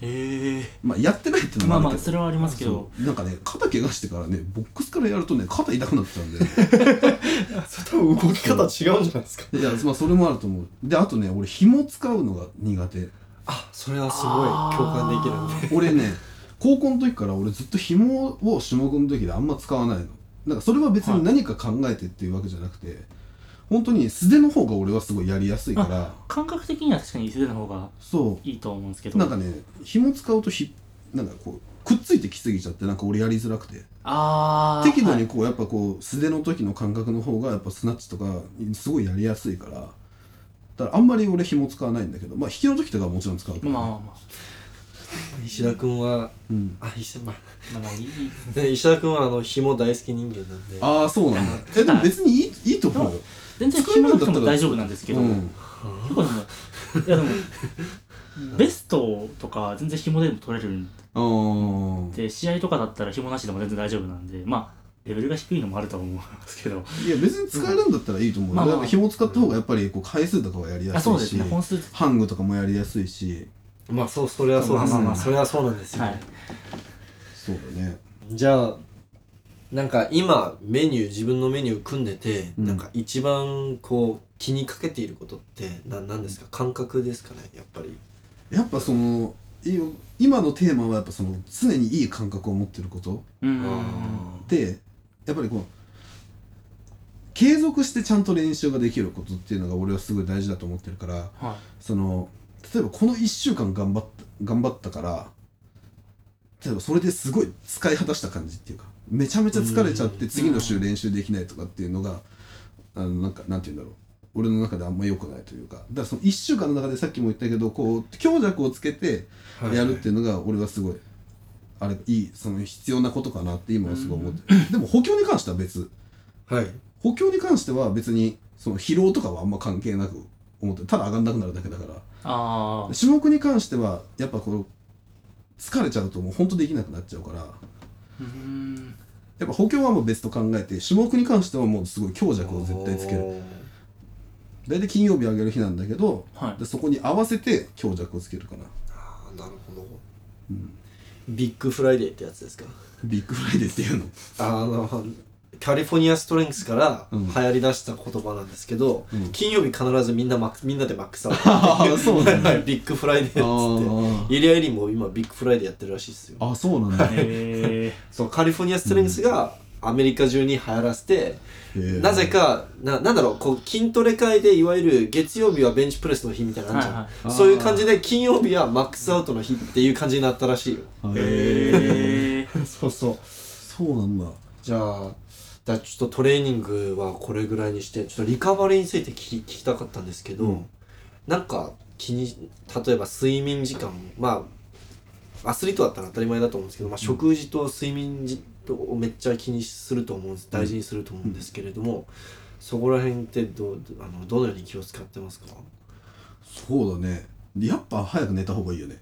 へえ。
うまあやってないっていうのも
ま
あ
あまあ
るけど、
それはありますけど。
そうなんかね肩怪我してからねボックスからやるとね肩痛くなっちゃうんだよね
多分動き方違うんじゃないですか。
いやまあそれもあると思うであとね俺紐使うのが苦手
あ、それはすごい共感できるんで。
(laughs) 俺ね高校の時から俺ずっと紐を種目の時であんま使わないのなんかそれは別に何か考えてっていうわけじゃなくて、本当に素手の方が俺はすごいやりやすいから
感覚的には確かに素手の方が
そう
いいと思うんですけど。
なんかね紐使うとひなんかこうくっついてきすぎちゃってなんか俺やりづらくて
ああ。
適度
はい
にこうやっぱこう素手の時の感覚の方がやっぱスナッチとかすごいやりやすいからだからあんまり俺紐使わないんだけどまあ引きの時とかはもちろん使うけど、
まあまあま
石田君は、
うん、
あ、石田、ま
あ。まあいい。
あで石田君は、あの、紐大好き人間なんで。
ああそうなんだ
(laughs)
えでも別にいいいいと思うよ
全然紐なくても大丈夫なんですけど。
うん、
結構でも、いやでも、ベストとか全然紐でも取れるん
あー
で、試合とかだったら紐なしでも全然大丈夫なんで、まあ、レベルが低いのもあるとは思うんですけど、
いや別に使えるんだったらいいと思う、
うんまあまあ
だから紐使った方がやっぱりこう回数とかはやりや
あ
す
そ
いう
です
し、
ね、本数、
ハングとかもやりやすいし
まあそうそれはそうです、
まあまあまあ
それはそうなんですよ、
はい。
そうだね
じゃあなんか今メニュー自分のメニュー組んでて、
うん
なんか一番こう気にかけていることってななんですか感覚ですかねやっぱり
やっぱそのい今のテーマはやっぱその常にいい感覚を持ってること
うーん。
でやっぱりこう継続してちゃんと練習ができることっていうのが俺はすごい大事だと思ってるから
は
その例えばこの1週間頑張った頑張ったから例えばそれですごい使い果たした感じっていうかめちゃめちゃ疲れちゃっ
う
て
ん
次の週練習できないとかっていうのがあのなんかなんて言うんだろう俺の中であんま良くないというかだからその1週間の中でさっきも言ったけどこう強弱をつけてやるっていうのが俺はすごいあれいいその必要なことかなって今はすごい思ってるでも補強に関しては別
はい
補強に関しては別にその疲労とかはあんま関係なく思ってるただ上がんなくなるだけだから
ああ。
種目に関してはやっぱこの疲れちゃうともう本当できなくなっちゃうから
うーん。
やっぱ補強はもう別と考えて種目に関してはもうすごい強弱を絶対つける
おー
大体金曜日上げる日なんだけど
はい
で。そこに合わせて強弱をつけるかな
あーなるほど、ビッグフライデーってやつですか
ビッグフライデーっていうの
あのカリフォルニアストレングスから
うん
流行り出した言葉なんですけど、
うん
金曜日必ずみんなマックみんなでマックスアウト
ああ (laughs) そうなんだ
(laughs) ビッグフライデーっつ
あ
ってイリア・エリンも今ビッグフライデーやってるらしいですよ
ああそうなんだへ
え
そうカリフォルニアストレングスがアメリカ中に流行らせて、
え
なぜかななんだろうこう筋トレ会でいわゆる月曜日はベンチプレスの日みたいな
ー、
のある
は
じ
い
ゃん、
は
あー
そういう感じで金曜日はマックスアウトの日っていう感じになったらしいよ
い
へえ
えー、
そうそう
そうなんだ
じゃあだからちょっとトレーニングはこれぐらいにしてちょっとリカバリーについて聞き聞きたかったんですけど、
うん
なんか気に例えば睡眠時間まあアスリートだったら当たり前だと思うんですけど、まあ、食事と睡眠時をめっちゃ気にすると思うんです大事にすると思うんですけれども、そこら辺ってどうあのどのように気を使ってますか
そうだねやっぱ早く寝た方がいいよね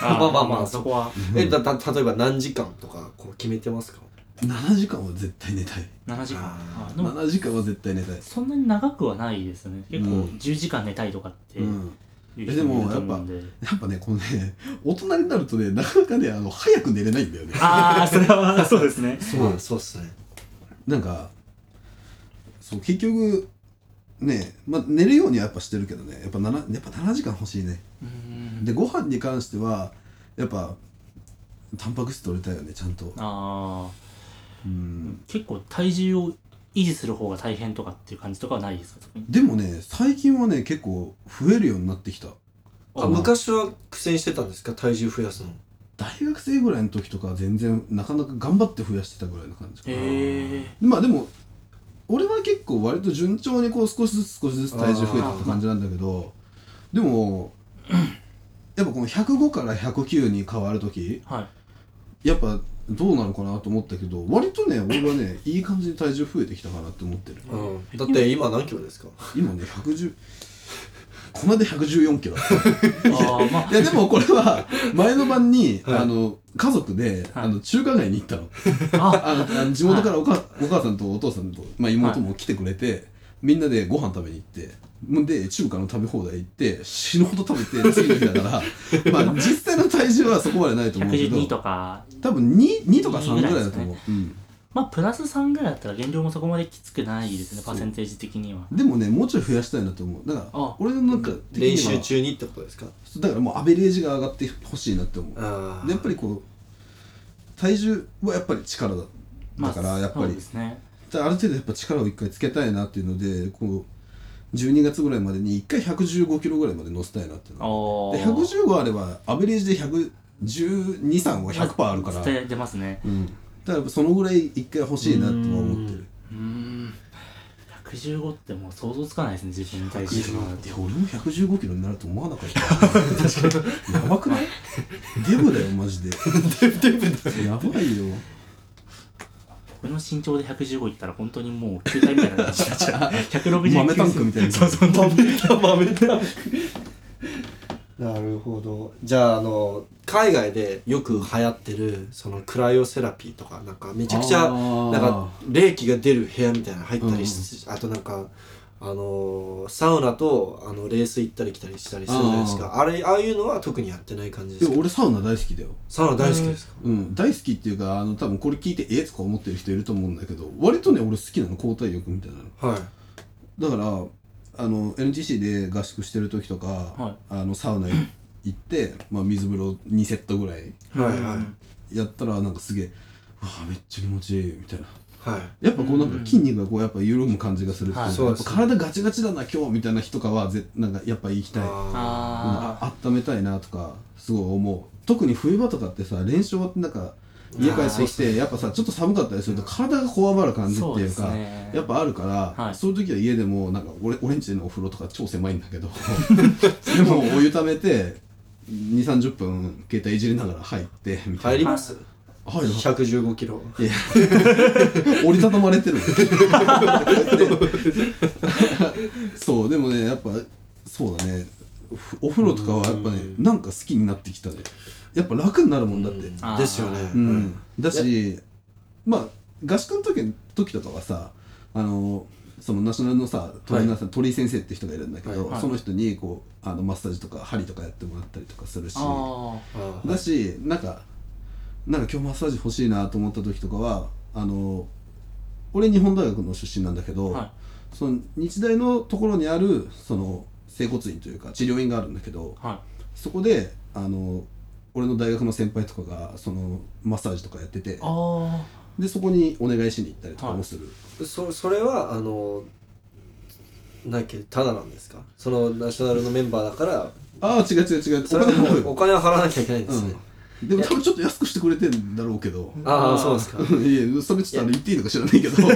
あー
まあまあまあ
そこは
えだだ例えば何時間とかこう決めてますか
7時間は絶対寝たい
7時間
あ
あーでも
7時間は絶対寝たい
そんなに長くはないですね結構
うん
10時間寝たいとかって
う
い
ん
う人もいると思うんで、
やっぱねこのね大人になるとねなかなかねあの早く寝れないんだよね (laughs)
ああそれはそうですね
そうそうっすね
なんかそう結局ねまあ寝るようにはやっぱしてるけどねやっぱ 7, やっぱ7時間欲しいね
うん
でご飯に関してはやっぱタンパク質取れたいよねちゃんと
ああ
うん
結構体重を維持する方が大変とかっていう感じとかはないですか特に
でもね最近はね結構増えるようになってきた
あ昔は苦戦してたんですか体重増やすの
大学生ぐらいの時とかは全然なかなか頑張って増やしてたぐらいの感じかな
へえ
まあでも俺は結構割と順調にこう少しずつ少しずつ体重増えてった感じなんだけどでもやっぱこの105から109に変わる時
はい
やっぱどうなのかなと思ったけど割とね俺はねいい感じに体重増えてきたかなって思ってる
うん、だって今何キロですか
今ね110この間114キロ
ああまあ
いやでもこれは前の晩に、
はい
あの家族で、
はい
あの中華街に行ったの (laughs)
あ
あのあの地元からおか、お母さんとお父さんと、まあ、妹も来てくれて、みんなでご飯食べに行ってんで中華の食べ放題行って死ぬほど食
(laughs)
べて次の日だからまあ実際の体重はそこまでないと思うけ
112
ど
とか
多分 2, 2とか3ぐらいだと
ぐらい
思
で
ううん
まあプラス3ぐらいだったら減量もそこまできつくないですねパーセンテージ的には
でもねもうちょい増やしたいなと思うだか
あ
ら俺のなんか的に
練
は
習中にってことですか
だからもうアベレージが上がってほしいなって思う
あ
でやっぱりこう体重はやっぱり力だ
まあ
だからやっぱり
そうですね
だからある程度やっぱ力を一回つけたいなっていうのでこう12月ぐらいまでに一回115キロぐらいまで乗せたいなっていう
あ
の
あ
で115あればアベレージで1123は100%あるから、
出ますね
うん、だからやっぱそのぐらい一回欲しいなとは思ってる
うーん115ってもう想像つかないですね自分に対しても
いや俺も115キロになると思わなかった確かにやばく (laughs) ないデブだよマジでやばいよ
俺の身長で115いったら本当にもう球体みたいな感じになっちゃう169
豆タンクみたいな
そうそう豆
豆だなるほどじゃああの海外でよく流行ってるそのクライオセラピーとかなんかめちゃくちゃ
あー
なんか冷気が出る部屋みたいなの入ったりし、あとなんかあのーサウナとあの冷水行ったり来たりしたりするじゃないですかあれああいうのは特にやってない感じで
ですも
か
俺サウナ大好きだよ
サウナ大好きですか
うん、大好きっていうかあの多分これ聞いてええとか思ってる人いると思うんだけど割とね俺好きなの交代浴みたいなの
はい
だからあの NTC で合宿してる時とか、
はい
あのサウナ行って、まあ、水風呂2セットぐらい
はいはい
やったらなんかすげえうわめっちゃ気持ちいいみたいな
はい
やっぱこうなんか筋肉がこうやっぱ緩む感じがするっていうか
はい
そう
や
で
っ
す
ぱ
ね
体ガチガチだな今日みたいな日とかはぜなんかやっぱ行きたいうん
ああ
あ温めたいなとかすごい思う特に冬場とかってさ練習終わってなんか家帰ってきてやっぱさちょっと寒かったりすると体がこわばる感じっていうか
そうですね
やっぱあるから、
はい
そういう時は家でもなんか俺俺んちのお風呂とか超狭いんだけどでもお湯ためて2 3 0分携帯いじりながら入ってみた
入
い
り
な
ます
入る
115キロ
いや折りたたま (laughs) れてるもんそうでもねやっぱそうだねおお風呂とかはやっぱねなんか好きになってきたねやっぱ楽になるもんだってうん、
あー
ですよね
だしまあ合宿の時時とかはさあのそのナショナルのさトレーナーさん、鳥居先生って人がいるんだけど、
はい
その人にこうあのマッサージとか針とかやってもらったりとかするし
あ
あー
だしなんかなんか今日マッサージ欲しいなと思った時とかはあの俺日本大学の出身なんだけど、
は
その日大のところにあるその整骨院というか治療院があるんだけど
は
そこであの俺の大学の先輩とかがそのマッサージとかやってて
いあ
でそこにお願いしに行ったりとか
は
も
い
する、
そそれはあのなんだっけただなんですかそのナショナルのメンバーだ
(laughs)
から
ああ違う違う違うお
それは
金払う
もうお
よ
金を払わなきゃいけないんですね、
うんでも多分ちょっと安くしてくれてんだろうけど
ああそうですか
(laughs) いやそれちょっとあの言っていいのか知らないけど
い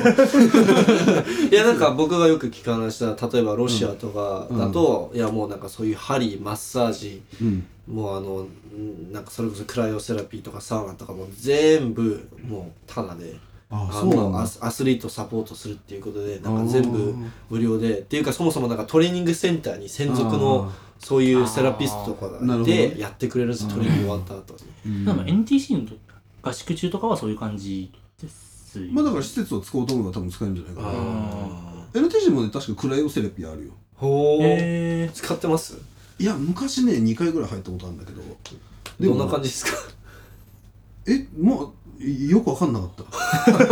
やなんか僕がよく聞か話した例えばロシアとかだと、いやもうなんかそういう針マッサージ
うん
もうあのんなんかそれこそクライオセラピーとかサウナとかも全部もうタダで
ああ
あ
そうなん
の
だ
アスアスリートサポートするっていうことでなんか全部無料でっていうかそもそもなんかトレーニングセンターに専属のそういうセラピストとか
あーなる
がい
ほど
て
ね
やってくれるんですトレーニング終わった後に
うん
あでも NTC の時合宿中とかはそういう感じですよ
まあだから施設を使おうと思えば多分使えるんじゃないかな
あ
LTC もね確かクライオセラピーあるよ
ーほー
へえ
使ってます
いや昔ね2回ぐらい入ったことあるんだけどで
ど
も
んな感じですか
えもうよく分かんなかった
(laughs)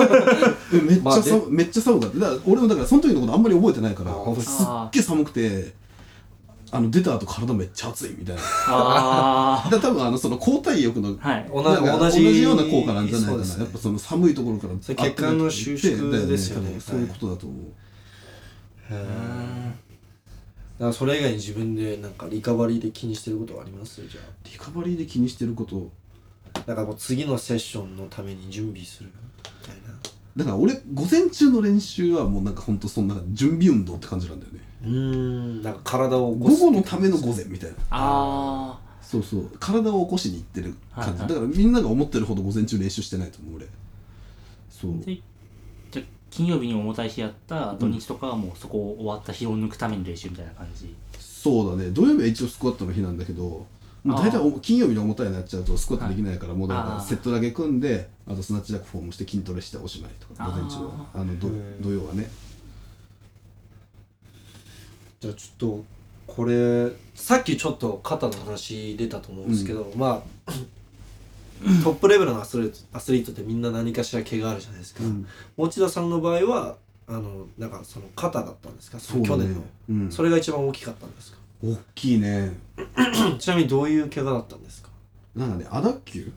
えめっち
まあ
ゃ
で
さ、めっちゃ寒かっただから俺もだからその時のことあんまり覚えてないから
あー
すっげえ寒くてあの出た後体めっちゃ熱いみたいな
あ
だから多分あのその抗体浴の
あはい
(laughs) 同
(laughs) なん
じ
か
同じ
ような効果なんじゃないか
そう
な、
ですね
やっぱその寒いところから
それ血管の収縮
温めて
ですよね
だ多分そういうことだと思う、
へーだからそれ以外に自分でなんかリカバリーで気にしてることはありますじゃ
リカバリーで気にしてること
あなんかもう次のセッションのために準備するみたいな
だから俺午前中の練習はもうなんかほんとそんな準備運動って感じなんだよね
うーんなんか体を起こ
午
す
後のための午前みたいな
あ
そうそう体を起こしに行ってる感じ、
はいはい
だからみんなが思ってるほど午前中練習してないと思う俺そう
あでじゃあ金曜日に重たい日やった土日とかはもうそこを終わった日を抜くための練習みたいな感じ
そうだね土曜日は一応スクワットの日なんだけどもう大体お金曜日の重たいのやっちゃうとスクワットできないから、もうだか
あ
ら
ー
セットだけ組んであとスナッチジャックフォームして筋トレしておしまいとか
あー
午前中はあのど
へー
土曜はね
じゃあちょっとこれさっきちょっと肩の話出たと思うんですけど、まあトップレベルのアスリートアスリートってみんな何かしら毛があるじゃないですか、
うん
持田さんの場合はあのなんかその肩だったんですかそ
そう
の
だ
去
ね
年の、
うん、
それが一番大きかったんですか、
大きいね
ちなみにどういう怪我だったんですか
なんかねアダッキュー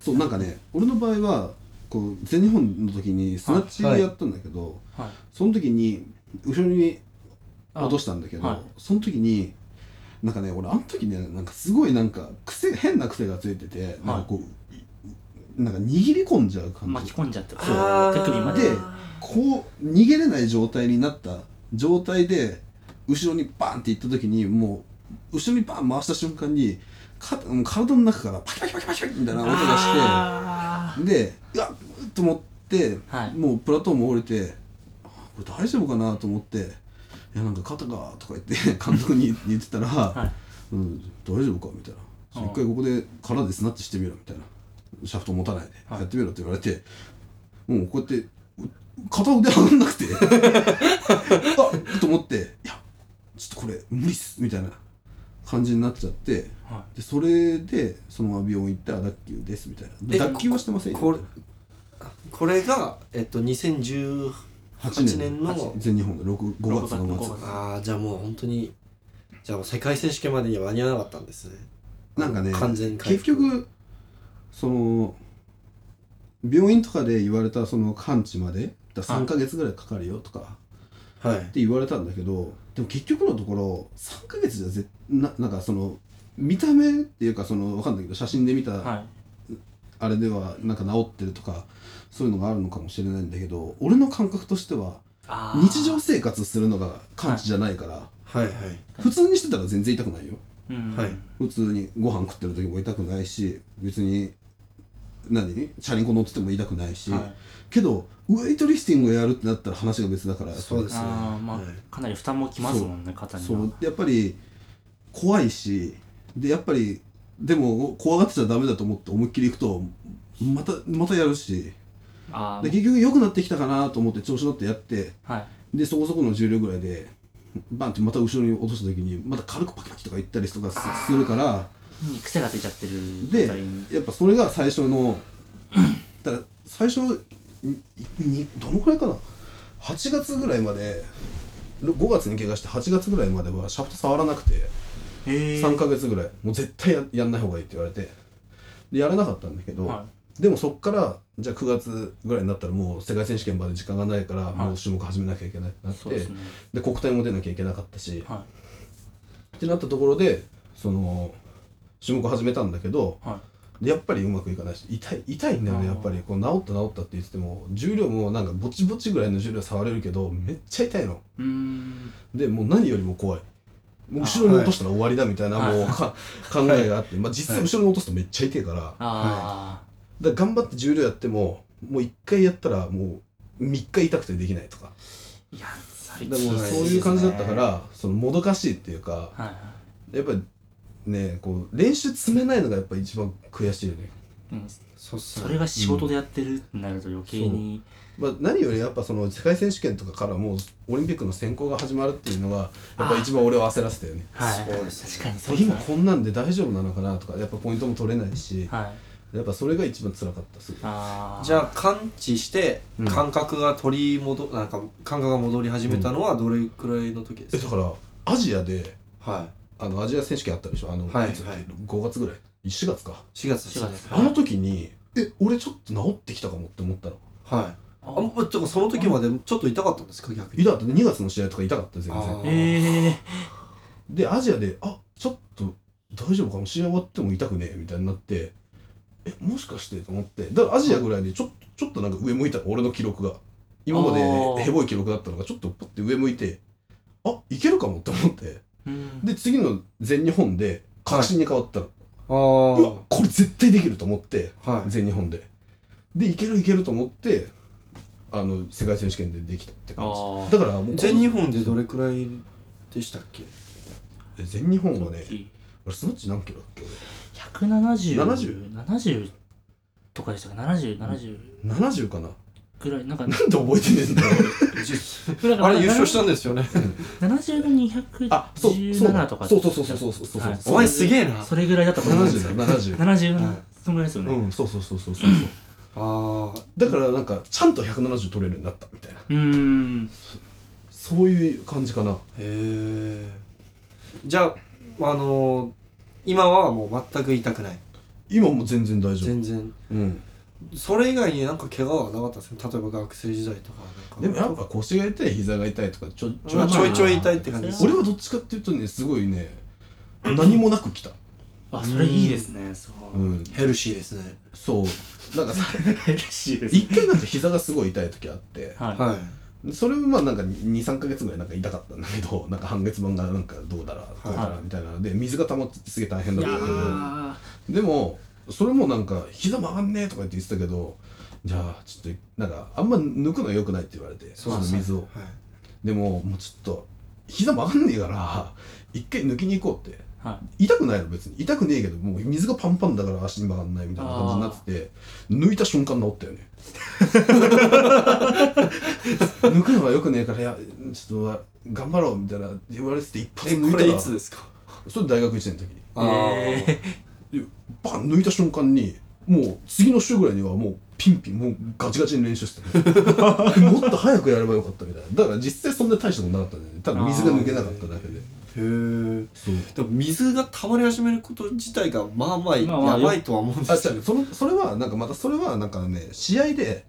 そうなんかね俺の場合はこう全日本の時にスナッチでやったんだけど、
はい
その時に後ろに
あ
落としたんだけど、
はい
その時になんかね俺あの時ねなんかすごいなんか癖変な癖がついてて、なんかこういなんか握り込んじゃう感
巻
じ
き込んじゃってこう
あー
手首まで
でこう逃げれない状態になった状態で後ろにバンっていった時にもう後ろにバン回した瞬間にかもう体の中からパキパキパキパキパキみたいな音がして
あ
でうわっうっと思って
ーはい
もうプラットフォーム降りてあこれ大丈夫かなと思って「いやなんか肩が」とか
(laughs)
言って監督に言ってたら「
い
うん、大丈夫か?」みたいな
あ
「
ー
一回ここで体でスナッチしてみろ」みたいな「シャフト持たないで
はい
やってみろ」って言われて、もうこうやってう片腕上がんなくて (laughs) あっと思って「いやちょっとこれ無理っす」みたいな感じになっちゃって。
は
でそれでそのまま病院行ってあ脱臼ですみたいな
え
脱臼はしてませんよ
これあこれがえっと2018
8年
年の
全日本の6 5月の
六
末
月
ああじゃあもう本当にじゃあもう世界選手権までには間に合わなかったんですね
なんかね
完全回
結
復
局その病院とかで言われたその完治までだ
はい
3ヶ月ぐらいかかるよとか
はい
って言われたんだけどでも結局のところ3ヶ月じゃぜななんかその見た目っていうかそのわかんないけど写真で見
いは
た
い
あれではなんか治ってるとかそういうのがあるのかもしれないんだけど俺の感覚としては
あー
日常生活するのが完治じゃないから
はいはい
普通にしてたら全然痛くないよ
うん
はい
普通にご飯食ってる時も痛くないし別に何チャリンコ乗ってても痛くないし、
はい
けどウエイトリスティングをやるってなったら話が別だから
そうですね
あーまあ、
はい
かなり負担もきますもんね肩には
そうやっぱり怖いしでやっぱりでも怖がってちゃダメだと思って思いっきり行くとまたまたやるし
あ
で
ー
結局良くなってきたかなと思って調子乗ってやって
はい
でそこそこの重量ぐらいでバンってまた後ろに落とした時にまた軽くパキパキとか行ったりとかすするから。
に癖がついちゃってる
で
状態に
やっぱそれが最初のだから最初ににどのくらいかな8月ぐらいまで5月に怪我して8月ぐらいまではシャフト触らなくて
へえ
3ヶ月ぐらいもう絶対ややんない方がいいって言われてでやらなかったんだけど、
は
でもそっからじゃあ9月ぐらいになったらもう世界選手権まで時間がないから
い
もう種目始めなきゃいけないってないっ
そ
て、
うですね
で国体も出なきゃいけなかったし、
は
ってなったところでその種目始めたんだけど
いは
でやっぱりうまくいかないし痛い痛いんだよね
あ
や
ー
っぱりこう治った治ったって言ってても重量もなんかぼちぼちぐらいの重量触れるけどめっちゃ痛いの
いうーん
でもう何よりも怖いもう後ろに落としたら終わりだみたいな
はい
もうか考えがあって、まあ、実際
はい
後ろに落とすとめっちゃ痛いから,、
あ
だから頑張って重量やってももう1回やったらもう3日痛くてできないとか
あいや最
で
近
もう
辛いです
そう
ね
いう感じだったからそのもどかしいっていうか
はいはい
やっぱりねこう練習積めないのがやっぱ一番悔しいよね
うん
そうっすね
それが仕事でやってるってなると余計に
まあ、何よりやっぱその世界選手権とかからもうオリンピックの選考が始まるっていうのがやっぱ一番俺を焦らせたよね
はい
そうです
確かにそうです
今
ね
こんなんで大丈夫なのかなとかやっぱポイントも取れないし
はい
やっぱそれが一番辛かったです
ああ
じゃあ感知して
うん
感覚が取り戻なんか感覚が戻り始めたのはどれくらいの時で
え
す
だ
か、
からアジアで
はい
あのアジア選手権あったでしょあの、
はい
つだっけ
はい
5月ぐらい4月か
4月ですね
4月
はい
あの時にえ俺ちょっと治ってきたかもって思ったの
はい
あ
あもうてかその時までちょっと痛かったんですか逆に
だって2月の試合とか痛かったよ全
あー
然
ええ
でアジアであちょっと大丈夫かも試合終わっても痛くねえみたいになってえもしかしてと思ってだからアジアぐらいでちょっとちょっとなんか上向いたの俺の記録が今まで
あー
ヘボい記録だったのがちょっとパッて上向いてあいけるかもって思って
うん
で次の全日本で確信に変わったの、
あ
うわ
ー
これ絶対できると思って
はい
全日本ででいけるいけると思ってあの世界選手権でできたって
あ
感
ー
じだからもう
全日本でどれくらいでしたっ (laughs) け
え全日本はね
170
俺スナッチ何キロだっけ70
70とかでしたか7070
70かな
ぐらいなんか
なんで覚えてねえんだろう
あれ優勝したんですよね
70の217
あ、そう、そうだ
とか
そうそうそうそうそうそうそう。
はい
お前すげえな
それぐらいだったと思うんです
70
よ
だ、
70
70。
はい
そのぐらいですよね
うん、そうそうそうそうそうそう。
ああ
だからなんかちゃんと170取れるようになったみたいな。
うーん
そういう感じかな。
へえじゃああのー今はもう全く痛くない
今も全然大丈夫。
全然
うん。
それ以外になんか怪我はなかったんですか例えば学生時代とかなんか
でもやっぱ腰が痛い、膝が痛いとかちょちょ
まあ
いち
ち
ょ
ょ
い
いちょい痛いって感じです
俺はどっちかっていうとね、すごいね、何もなく来た。。
あそれいいですねそううん
ヘルシーですね
そう。なんかさ、
嬉しいですね
一回なんか膝がすごい痛い時あって、
は
はい
それもまあなんか2、3ヶ月ぐらいなんか痛かったんだけど、なんか半月板がなんかどうだら、こうだらみたいなので、水が溜まっててすげえ大変
いい
だっ
や
たんだけ
ー
ど、でもそれもなんか膝曲がんねえとか言って言ってたけどじゃあちょっとなんかあんま抜くのは良くないって言われてその水を
はい
でももうちょっと膝曲がんねえから一回抜きに行こうって
は
痛くないの別に痛くねえけどもう水がパンパンだから足に曲がんないみたいな感じになってて抜いた瞬間治った
(laughs)
よね抜くのは良くねえからいやちょっと頑張ろうみたいな言われてて一発
え
抜い
こ
た
れい
ら
つですか
それ大学1年の時に
あー
え
バン抜いた瞬間にもう次の週ぐらいにはもうピンピンもうガチガチに練習してた (laughs) もっと早くやればよかったみたいなだから実際そんな大したことなかったんだよねただ水が抜けなかっただけで
へえ
そう
でも水が溜まり始めること自体がまあまあ
まあまあ
やばいとは思うんで
あ
すけど
(laughs)
違うそのそれはなんかまたそれはなんかね試合で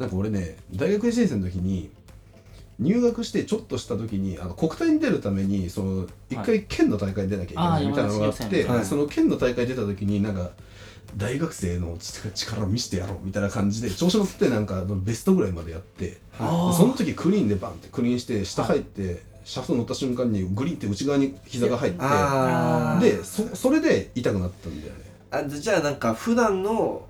なんか俺ね大学1年生の時に入学してちょっとした時にあの国体に出るためにその一
は
回県の大会に出なきゃいけ
あ
な
ー
いみたいなのがあっ
山
て、
梨
予選
その県の大会出た時になんか大学生の力を見せてやろうみたいな感じで調子乗ってなんかあのベストぐらいまでやって
あー
その時クリーンでバンってクリーンして下入ってシャフト乗った瞬間にグリーンって内側に膝が入って
ああ
でそそれで痛くなったんだよね
あじゃあなんか普段の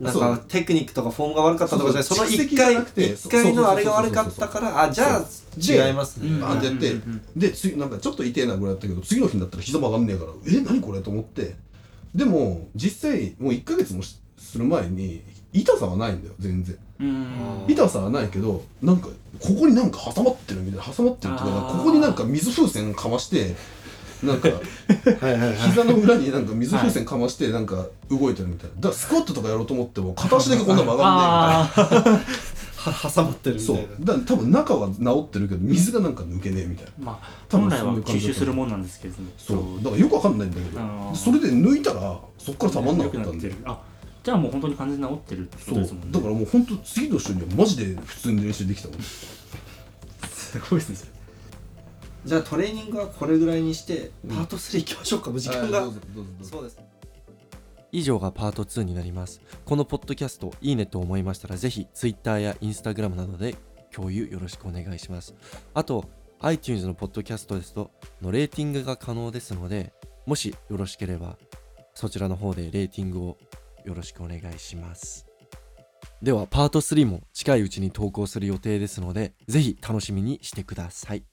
なん
そ
か
う
テクニックとかフォームが悪かったとかじゃない
そ
そうの
蓄積
一
じゃ
回
なくて
一回のあれが悪かっ
そうそうそうそう
たからあじゃ
そう
あ違います
うん
ね
バーンってやって、
うんうん
で次なんかちょっと痛えなぐらいだったけど次の日になったら膝曲がんねえからえ何これと思ってでも実際もう1ヶ月もしする前に痛さはないんだよ全然
ーうん
痛さはないけどなんかここになんか挟まってるみたいな挟まってるっていうか
あー
ここになんか水風船かましてなん
(laughs)
か
はいはいはい
膝の裏になんか水風船かましてなんか動いてるみたいなだからスクワットとかやろうと思っても片足だけこんな曲がんね
ああ
は挟まってる
え
み
みた
た
い
い
な
な
そうだから多分中は治ってるけど水がなんか抜けねえみたいな
まあ
多分
本来は
そんな感
吸
じだと思う
収するもんなんですけどね
そうだからよくわかんないんだけ
あの
ど
ー
それで抜いたらそっからたまんなかった
良く
ん
って
で
るあじゃあもう本当に完全に治ってるってこ
そ
と
う
ですもんね
だからもうほんと次の週にはマジで普通に練習できたもん
すごいですね
じゃあトレーニングはこれぐらいにしてパート3行きましょうかもう時間が、
はいどうぞどうぞどうぞ
そうです
以上がパート2になりますこのポッドキャストいいねと思いましたらぜひ Twitter や Instagram などで共有よろしくお願いしますあと iTunes のポッドキャストですとのレーティングが可能ですのでもしよろしければそちらの方でレーティングをよろしくお願いしますではパート3も近いうちに投稿する予定ですのでぜひ楽しみにしてください